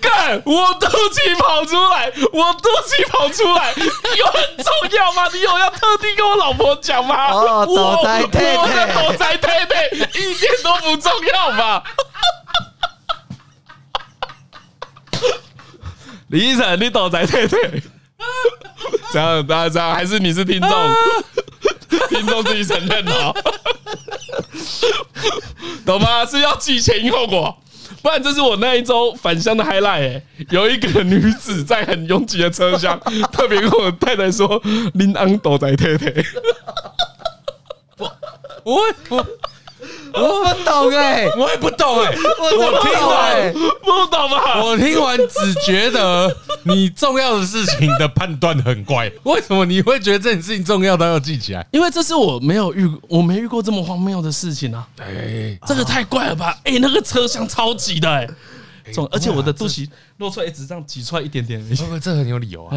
Speaker 1: 干，我肚脐跑出来，我肚脐跑出来，有很重要吗？你有要特地跟我老婆讲吗？我
Speaker 3: 哦斗宅退退
Speaker 1: 我的斗宅退退一点都不重要吧？李医生，你斗宅退退。这样，大家这样，还是你是听众， 听众自己承认哦， 懂吗？是要记前因后果，不然这是我那一周返乡的 highlight、欸。有一个女子在很拥挤的车 厢，特别跟我太太说：“林安斗在太太。”我我
Speaker 3: 我不懂哎，
Speaker 2: 我也不懂哎，
Speaker 3: 我真的不懂哎，
Speaker 1: 不懂啊吧？
Speaker 2: 我听完只觉得你重要的事情的判断很怪，为什么你会觉得这件事情重要到要记起来？
Speaker 1: 因为这是我没有遇，我没遇过这么荒谬的事情啊！
Speaker 2: 哎，
Speaker 1: 这个太怪了吧？哎、那个车厢超级的、欸，啊总、而且我的肚脐露出来，只这样挤出来一点点而已
Speaker 2: 不。不，这很有理由啊，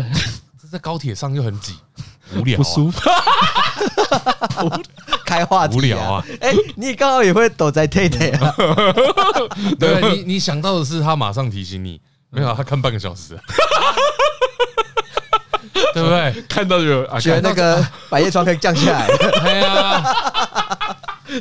Speaker 2: 这在高铁上又很挤，无聊、啊，
Speaker 1: 不舒服。
Speaker 3: 开话题
Speaker 2: 无聊啊！
Speaker 3: 哎，你刚好也会躲在 Tay Tay 啊？
Speaker 2: 对你，你想到的是他马上提醒你，没有啊、他看半个小时，对不对？
Speaker 1: 看到就有啊，
Speaker 3: 觉得那个百叶窗可以降下来，
Speaker 2: 哎呀，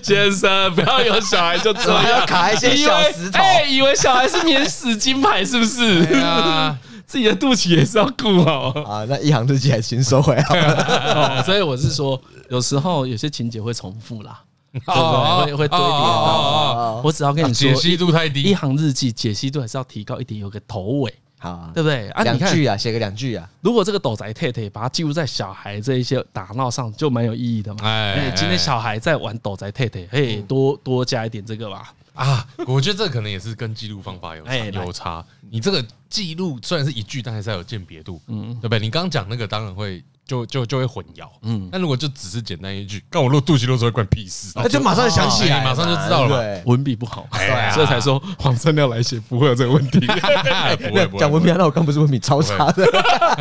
Speaker 1: 先生，不要有小孩就这
Speaker 3: 还
Speaker 1: 样
Speaker 3: 要，卡一些
Speaker 1: 以为
Speaker 3: 小石头
Speaker 1: 哎、以为小孩是免死金牌是不是？
Speaker 2: 对啊，
Speaker 1: 自己的肚脐也是要顾好。
Speaker 3: 啊，那一行日记还请收回好了。
Speaker 1: 哦所以我是说，有时候有些情节会重复啦，
Speaker 2: 哦
Speaker 1: 对会会堆叠到
Speaker 2: 哦哦哦
Speaker 1: 我只要跟
Speaker 2: 哦
Speaker 1: 你说，
Speaker 2: 解析度太
Speaker 1: 一
Speaker 2: 低，
Speaker 1: 行日记解析度还是要提高一点，有个头尾，
Speaker 3: 好啊，
Speaker 1: 对不对？啊，
Speaker 3: 两
Speaker 1: 你看，
Speaker 3: 句啊，写个两句啊，
Speaker 1: 如果这个斗宅太太把它记录在小孩这一些打闹上，就蛮有意义的嘛。
Speaker 2: 哎
Speaker 1: 哎，嗯今天小孩在玩斗宅太太，嘿，多多加一点这个吧。
Speaker 2: 啊，我觉得这可能也是跟记录方法有差
Speaker 1: 哎来
Speaker 2: 有差。你这个记录虽然是一句，但还是要有鉴别度，嗯，对不对？你刚刚讲那个当然会就就就会混淆，嗯。但如果就只是简单一句，干我露肚脐露出来关你屁事啊
Speaker 3: 那！就马上想起来
Speaker 2: 哎
Speaker 3: 嘛，
Speaker 2: 马上就知道了嘛
Speaker 3: 对
Speaker 1: 文笔不好，
Speaker 2: 啊
Speaker 1: 所以才说黄圣亮来写不会有这个问 题。
Speaker 2: 不
Speaker 3: 不
Speaker 2: 会
Speaker 3: 对？
Speaker 2: 不会
Speaker 3: 讲文笔啊，那我刚不是文笔超差的，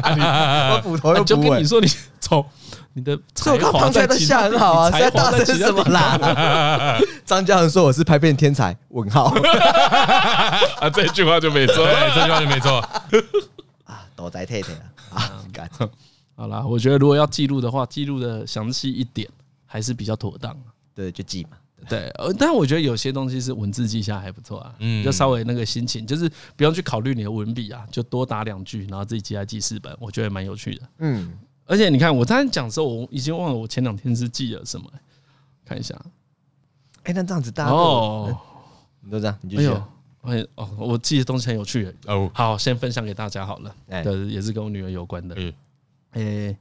Speaker 3: 我斧头又
Speaker 1: 哎就
Speaker 3: 不
Speaker 1: 跟
Speaker 3: 会
Speaker 1: 你。说，你从你的
Speaker 3: 所以
Speaker 1: 才
Speaker 3: 我刚
Speaker 1: 华
Speaker 3: 刚才
Speaker 1: 在
Speaker 3: 都
Speaker 1: 其
Speaker 3: 下很好啊，
Speaker 1: 你
Speaker 3: 现在
Speaker 1: 才华
Speaker 3: 大声
Speaker 1: 在其他
Speaker 3: 什么啦？ 张嘉恒说我是拍片天才，问号
Speaker 1: 啊，这句话就没错。
Speaker 2: 对，哎这句话就没错。
Speaker 3: 啊，都在退退啊啊，干
Speaker 1: 好啦，我觉得如果要记录的话，记录的详细一点还是比较妥当。啊
Speaker 3: 对，就记嘛。
Speaker 1: 对，呃，但我觉得有些东西是文字记下还不错啊，
Speaker 2: 嗯
Speaker 1: 嗯，就稍微那个心情，就是不用去考虑你的文笔啊，就多打两句，然后自己记下记事本，我觉得蛮有趣的。
Speaker 3: 嗯，
Speaker 1: 而且你看，我刚才讲的时候，我已经忘了我前两天是记了什么、看一下
Speaker 3: 哎，那这样子大家
Speaker 1: 哦
Speaker 3: 哦，，你都这样，你就
Speaker 1: 哎
Speaker 3: 续
Speaker 1: 呦
Speaker 3: 啊。，
Speaker 1: 哎哦，我记的东西很有趣耶。
Speaker 2: 哦，
Speaker 1: 好，先分享给大家好了，
Speaker 3: 哎
Speaker 1: 对，也是跟我女儿有关的。
Speaker 2: 嗯
Speaker 1: 诶，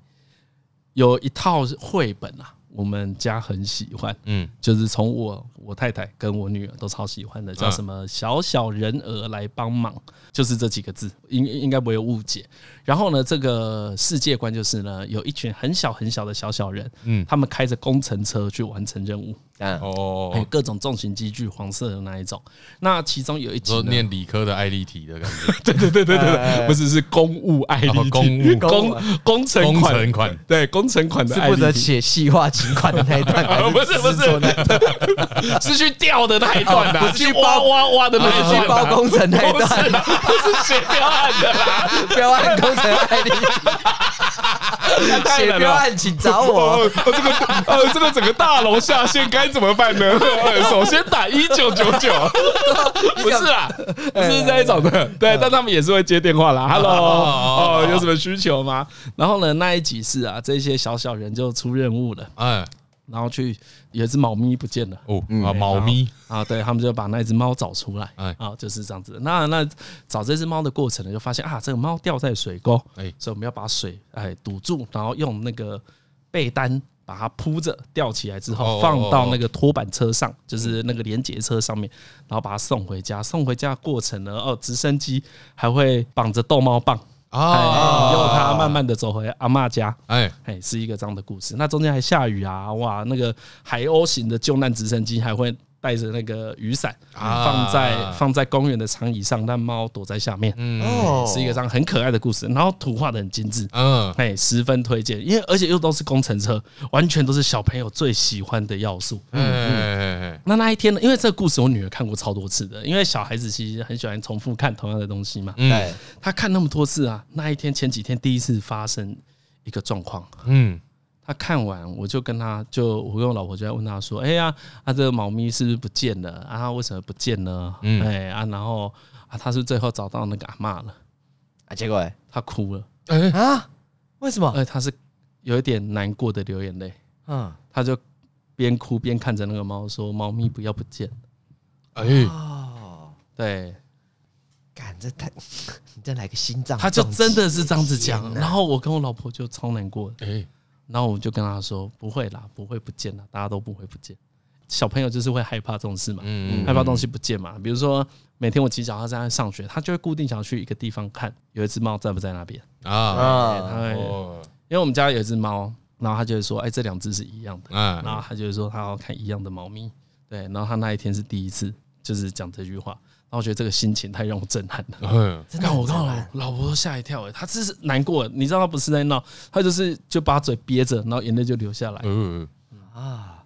Speaker 1: 有一套绘本啊，我们家很喜欢，
Speaker 2: 嗯，
Speaker 1: 就是从我我太太跟我女儿都超喜欢的，叫
Speaker 2: 嗯
Speaker 1: 什么“小小人儿来帮忙”，就是这几个字，应应该不会有误解。然后呢，这个世界观就是呢，有一群很小很小的小小人，
Speaker 2: 嗯
Speaker 1: 嗯，他们开着工程车去完成任务，
Speaker 3: 啊，
Speaker 2: 哦
Speaker 1: 还有，哎各种重型机具，黄色的那一种。那其中有一集
Speaker 2: 说
Speaker 1: 呢
Speaker 2: 念理科的爱丽体的感觉，
Speaker 1: 对对对对对
Speaker 3: 哎
Speaker 1: 对，不是是公务爱丽
Speaker 2: 哦
Speaker 1: 体
Speaker 2: 公务
Speaker 1: 工工程
Speaker 2: 工
Speaker 1: 款
Speaker 2: 程款
Speaker 1: 对工程款的
Speaker 3: 是
Speaker 1: 爱
Speaker 3: 负责
Speaker 1: 丽体，
Speaker 3: 写细化情款的那一 段，还
Speaker 1: 不是不是
Speaker 3: 制作那一段
Speaker 1: 是去钓的那一段的、
Speaker 3: 哦不 是
Speaker 1: 去
Speaker 3: 去
Speaker 1: 挖
Speaker 3: 包
Speaker 1: 挖挖的那一
Speaker 3: 不是去
Speaker 1: 段啊、
Speaker 3: 包工程那一
Speaker 1: 不是
Speaker 3: 段，啊
Speaker 1: 不是写标案的啦，
Speaker 3: 标案工程爱 丽体，写标案请找我。
Speaker 1: 哦，这个呃，这个整个大楼下线该怎么办呢？呃首先打一九九九，不是啦，不是这一种的，对，但他们也是会接电话啦，Hello，
Speaker 2: 哦
Speaker 1: 哦，有什么需求吗？然后呢，那一集是啊，这些小小人就出任务了，
Speaker 2: 哎，
Speaker 1: 然后去有一只猫咪不见了。
Speaker 2: 哦啊，猫咪，
Speaker 1: 啊，对他们就把那只猫找出来，
Speaker 2: 哎
Speaker 1: 啊，就是这样子。那那找这只猫的过程呢，就发现啊，这个猫掉在水沟，
Speaker 2: 哎
Speaker 1: 所以我们要把水哎堵住，然后用那个被单把它铺着吊起来之
Speaker 2: 哦
Speaker 1: 后，
Speaker 2: 哦
Speaker 1: 放
Speaker 2: 哦
Speaker 1: 到
Speaker 2: 哦
Speaker 1: 那个拖板车上，就是那个连接车上面，然后把它送回家。送回家的过程呢，哦，直升机还会绑着逗猫棒，哎，
Speaker 2: 啊，
Speaker 1: 用它慢，慢的走回阿嬷家。
Speaker 2: 哎，
Speaker 1: 哎，是一个这样的故事。那中间还下雨啊，哇，那个海鸥型的救难直升机还会带着那个雨伞、
Speaker 2: 啊
Speaker 1: 放在放在公园的长椅上，但猫躲在下面，
Speaker 2: 嗯
Speaker 3: 哦
Speaker 1: 是一个这样很可爱的故事。然后图画的很精致，
Speaker 2: 嗯，
Speaker 1: 哎，十分推荐，因为而且又都是工程车，完全都是小朋友最喜欢的要素。
Speaker 2: 嗯，
Speaker 1: 那那一天呢？因为这个故事我女儿看过超多次的，因为小孩子其实很喜欢重复看同样的东西
Speaker 2: 嗯
Speaker 1: 嘛。
Speaker 3: 对，
Speaker 1: 她看那么多次啊，那一天前几天第一次发生一个状况，
Speaker 2: 嗯，
Speaker 1: 他看完，我就跟他就我跟我老婆就在问他说：“哎、呀，啊这个猫咪是不是不见了？啊它为什么不见呢？哎、
Speaker 2: 嗯
Speaker 1: 啊，然后啊他是最后找到那个阿嬷了，
Speaker 3: 啊，结果嘞
Speaker 1: 他哭了，
Speaker 2: 哎，
Speaker 3: 啊，为什么？
Speaker 1: 而且哎他是有一点难过的流眼泪，
Speaker 3: 嗯，
Speaker 1: 他就边哭边看着那个猫说：‘猫咪不要不见。
Speaker 2: 哎。
Speaker 3: 哦，’
Speaker 1: 对，
Speaker 3: 干这太，你再来个心脏，
Speaker 1: 他就真的是这样子讲。然后我跟我老婆就超难过的，
Speaker 2: 哎，
Speaker 1: 然后我就跟他说：‘不会啦，不会不见啦，大家都不会不见。’小朋友就是会害怕这种事嘛。
Speaker 2: 嗯，
Speaker 1: 害怕东西不见嘛。比如说每天我骑脚踏车上学，他就会固定想要去一个地方看有一只猫在不在那边。
Speaker 2: 啊，
Speaker 1: 他
Speaker 3: 啊，
Speaker 1: 会，
Speaker 2: 哦，
Speaker 1: 因为我们家有一只猫，然后他就会说：“哎，这两只是一样的。”
Speaker 2: 嗯
Speaker 1: 然后他就会说他要看一样的猫咪。对，然后他那一天是第一次就是讲这句话，然后我觉得这个心情太让我震撼 了。
Speaker 2: 嗯，
Speaker 3: 真的
Speaker 1: 看
Speaker 3: 很
Speaker 1: 我
Speaker 3: 震
Speaker 1: 刚
Speaker 3: 撼
Speaker 1: 老老婆都吓一跳哎、她只是难过，你知道她不是在闹，她就是就把嘴憋着，然后眼泪就流下来。
Speaker 2: 嗯，
Speaker 3: 啊，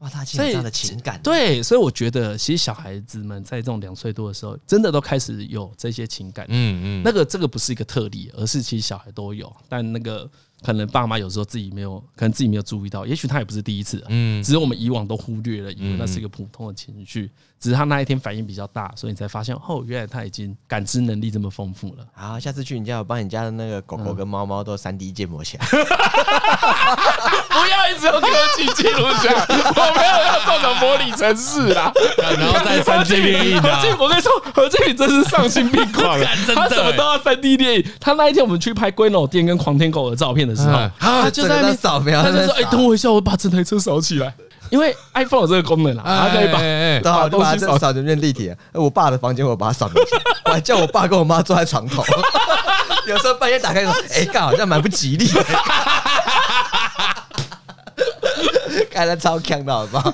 Speaker 3: 哇，他竟
Speaker 1: 所
Speaker 3: 然有
Speaker 1: 以
Speaker 3: 这样的情感，
Speaker 1: 对，所以我觉得其实小孩子们在这种两岁多的时候，真的都开始有这些情感。
Speaker 2: 嗯嗯，
Speaker 1: 那个这个不是一个特例，而是其实小孩都有，但那个可能爸妈有时候自己没有，可能自己没有注意到，也许他也不是第一次、啊，
Speaker 2: 嗯
Speaker 1: 只是我们以往都忽略了，以为那是一个普通的情绪，只是他那一天反应比较大，所以你才发现哦，原来他已经感知能力这么丰富了。
Speaker 3: 好，下次去你家，我帮你家的那个狗
Speaker 1: 嗯
Speaker 3: 狗跟猫猫都三 D 建模起来。
Speaker 1: 不要一直用科技记录下，我没有要做成模拟啊城市啦。
Speaker 2: 然后再三 D 列印
Speaker 1: 何
Speaker 2: 啊
Speaker 1: 建，我跟你说，何建宇真是丧心病 狂啊
Speaker 2: 干真的
Speaker 1: 他什么都要三 D 电影。他那一天我们去拍龟脑店跟狂天狗的照片的时候，
Speaker 2: 嗯
Speaker 1: 啊他就在那
Speaker 3: 整个
Speaker 1: 边
Speaker 3: 都扫描
Speaker 1: 他就说：“
Speaker 3: 在那
Speaker 1: 哎，
Speaker 3: 扫
Speaker 1: 等我一下，我把整台车扫起来。”因 为 iPhone 有这个功能啦，它可以把
Speaker 2: 哎哎 哎
Speaker 3: 对啊，我就把
Speaker 1: 把东西扫
Speaker 3: 它扫成认地铁。呃我爸的房间，我把它扫描起来， 我还叫我爸跟我妈坐在床头。 有时候半夜打开说：“哎、干好像蛮不吉利的。”看他超强的好不好？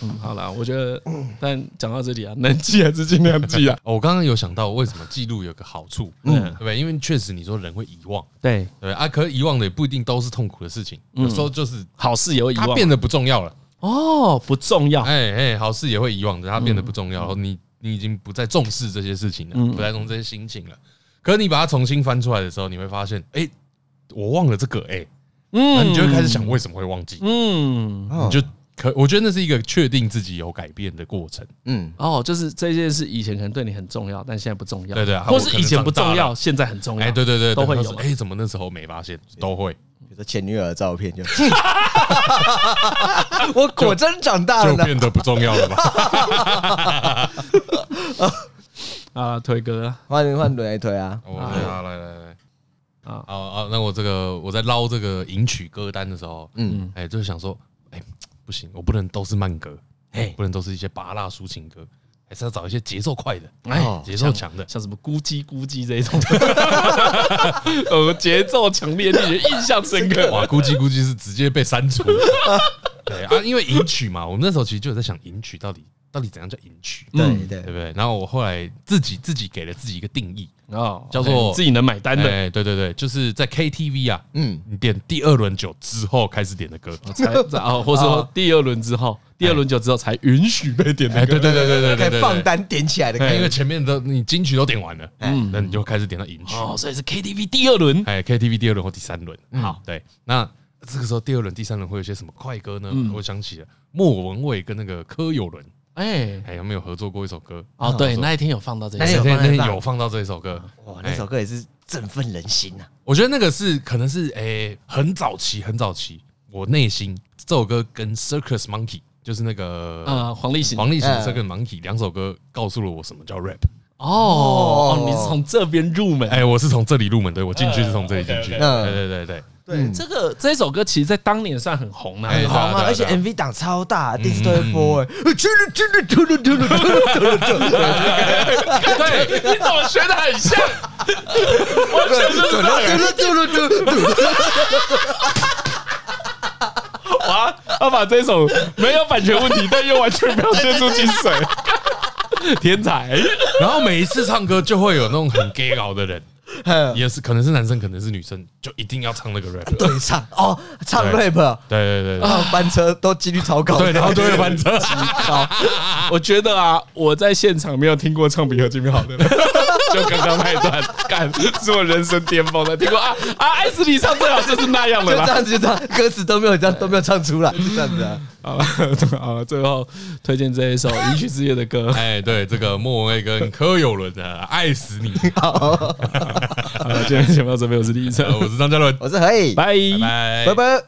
Speaker 1: 嗯，好啦，我觉得，但讲到这里啊，能记还是尽量记啊。
Speaker 2: 哦我刚刚有想到为什么记录有个好处，嗯，对不对？因为确实你说人会遗忘，
Speaker 1: 对，
Speaker 2: 对啊，可是遗忘的也不一定都是痛苦的事情，有时候就是
Speaker 1: 好事也会遗
Speaker 2: 它
Speaker 1: 忘啊
Speaker 2: 变得不重要了，
Speaker 1: 哦，不重要。
Speaker 2: 哎哎，好事也会遗忘的，它变得不重要，然后你你已经不再重视这些事情了，不再重视这些心情了。可是你把它重新翻出来的时候，你会发现，哎，我忘了这个，哎，那
Speaker 1: 嗯
Speaker 2: 你就会开始想为什么会忘记，
Speaker 1: 嗯，
Speaker 3: 哦
Speaker 2: 你就可我觉得那是一个确定自己有改变的过程，
Speaker 3: 嗯，
Speaker 1: 哦，就是这件事以前可能对你很重要，但现在不重要。
Speaker 2: 对对啊
Speaker 1: 或是以前不重
Speaker 2: 我可能长大
Speaker 1: 要，现在很重要。
Speaker 2: 哎，对对对，
Speaker 1: 啊都会
Speaker 2: 然
Speaker 1: 有
Speaker 2: 后说。哎，怎么那时候没发现？都会。
Speaker 3: 比如说前女友的照片就， 我果真长大了
Speaker 2: 就
Speaker 3: 呢。
Speaker 2: 变得不重要了吧？
Speaker 1: 啊，推哥啊
Speaker 3: 换换轮来推啊，
Speaker 2: 我 来啊，来来来，
Speaker 1: 啊
Speaker 2: 啊啊！那我这个我在捞这个迎娶歌单的时候，嗯，哎，就是想说，哎，不行，我不能都是慢歌，哎
Speaker 3: 哎，
Speaker 2: 不能都是一些拔辣抒情歌，还是要找一些节奏快的，
Speaker 1: 哎
Speaker 2: 哎，节奏强的。
Speaker 1: 像什么咕叽咕叽这一种， 呃，节奏强烈，令人印象深 刻。
Speaker 2: 哇，估计估计是直接被删除。对啊，因为迎娶嘛，我们那时候其实就有在想迎娶到底到底怎样叫迎娶，
Speaker 3: 对对
Speaker 2: 对不对？然后我后来自己自己给了自己一个定义，
Speaker 1: 哦，
Speaker 2: 叫做
Speaker 1: 哎自己能买单的，
Speaker 2: 哎，对对对，就是在 KTV 啊，嗯，你点第二轮酒之后开始点的歌，
Speaker 1: 才 哦，或者说第二轮之后，第二轮酒之后才允许被点
Speaker 2: 啊哎，
Speaker 1: 的
Speaker 2: 对
Speaker 1: 歌。
Speaker 2: 对对对对
Speaker 3: 可
Speaker 2: 对对，
Speaker 3: 以放单点起来的，可
Speaker 2: 对，哎因为
Speaker 3: 以
Speaker 2: 前面的你金曲都点完了，嗯，那你就开始点到银曲，
Speaker 1: 哦，所以是 KTV 第二轮。
Speaker 2: 哎，KTV 第二轮或第三轮，好，对，那这个时候第二轮、第三轮会有些什么快歌呢？我想起了莫文蔚跟那个柯有伦，
Speaker 1: 哎，
Speaker 2: 哎，有没有合作过一首歌？
Speaker 1: 哦，对，
Speaker 2: 合作
Speaker 1: 那一天有放到这
Speaker 3: 那
Speaker 1: 里
Speaker 3: 一。
Speaker 2: 啊
Speaker 3: 有
Speaker 2: 那天
Speaker 3: 放在
Speaker 2: 那天
Speaker 3: 那
Speaker 2: 有放到这一首歌，
Speaker 3: 哇，那首歌也是振奋人心啊呐、
Speaker 2: 我觉得那个是可能是诶、很早期很早期，我内心这首歌跟 Circus Monkey 就是那个
Speaker 1: 呃，黄立行。
Speaker 2: 黄立行的
Speaker 3: 嗯
Speaker 2: Circus Monkey 两首歌告诉了我什么叫 rap。
Speaker 1: 哦，
Speaker 3: 哦
Speaker 1: 哦，你是从这边入门。
Speaker 2: 哎，我是从这里入门的，我进去是从这里进去。对
Speaker 3: 嗯
Speaker 2: 对对对，
Speaker 1: 对，这个这首歌其实在当年算很红的。
Speaker 2: 哎
Speaker 3: 好嘛，
Speaker 2: 对啊对啊
Speaker 3: 而且
Speaker 2: 对啊
Speaker 3: MV 档超大，电视都会播哎，嘟噜嘟噜嘟噜嘟噜嘟噜嘟噜嘟噜，
Speaker 1: 对，你怎么学的很像？完全就是这样。
Speaker 3: 嘟噜嘟噜嘟噜，
Speaker 1: 哇，他把这首没有版权问题，但又完全表现出精髓，天才。
Speaker 2: 然后每一次唱歌就会有那种很 gay 佬的人，
Speaker 3: 哼
Speaker 2: 也是可能是男生，可能是女生，就一定要唱那个 rap。对
Speaker 3: 对唱哦，唱
Speaker 2: 对
Speaker 3: rap 啊，
Speaker 2: 对对对
Speaker 3: 翻车都几率超高，
Speaker 2: 对，然后就会翻车。
Speaker 1: 我觉得啊，我在现场没有听过唱比何金明好的 人，就刚刚那一段，干是我人生巅峰的。听过啊啊，爱死你唱最好就是那样
Speaker 3: 就
Speaker 1: 的
Speaker 3: 这
Speaker 1: 啦。
Speaker 3: 样子就这样，歌词都没有这样都没有唱出来，就这样子啊，
Speaker 1: 好了， 好了，最后推荐这一首《迎娶之夜》的歌。
Speaker 2: 哎，对，这个莫文蔚跟柯有伦的《爱死你》，
Speaker 1: 好了，今天节目到这边，我是李晨，
Speaker 2: 呃我是张嘉伦，
Speaker 3: 我是何以，
Speaker 1: 拜
Speaker 3: 拜
Speaker 2: 拜
Speaker 3: 拜。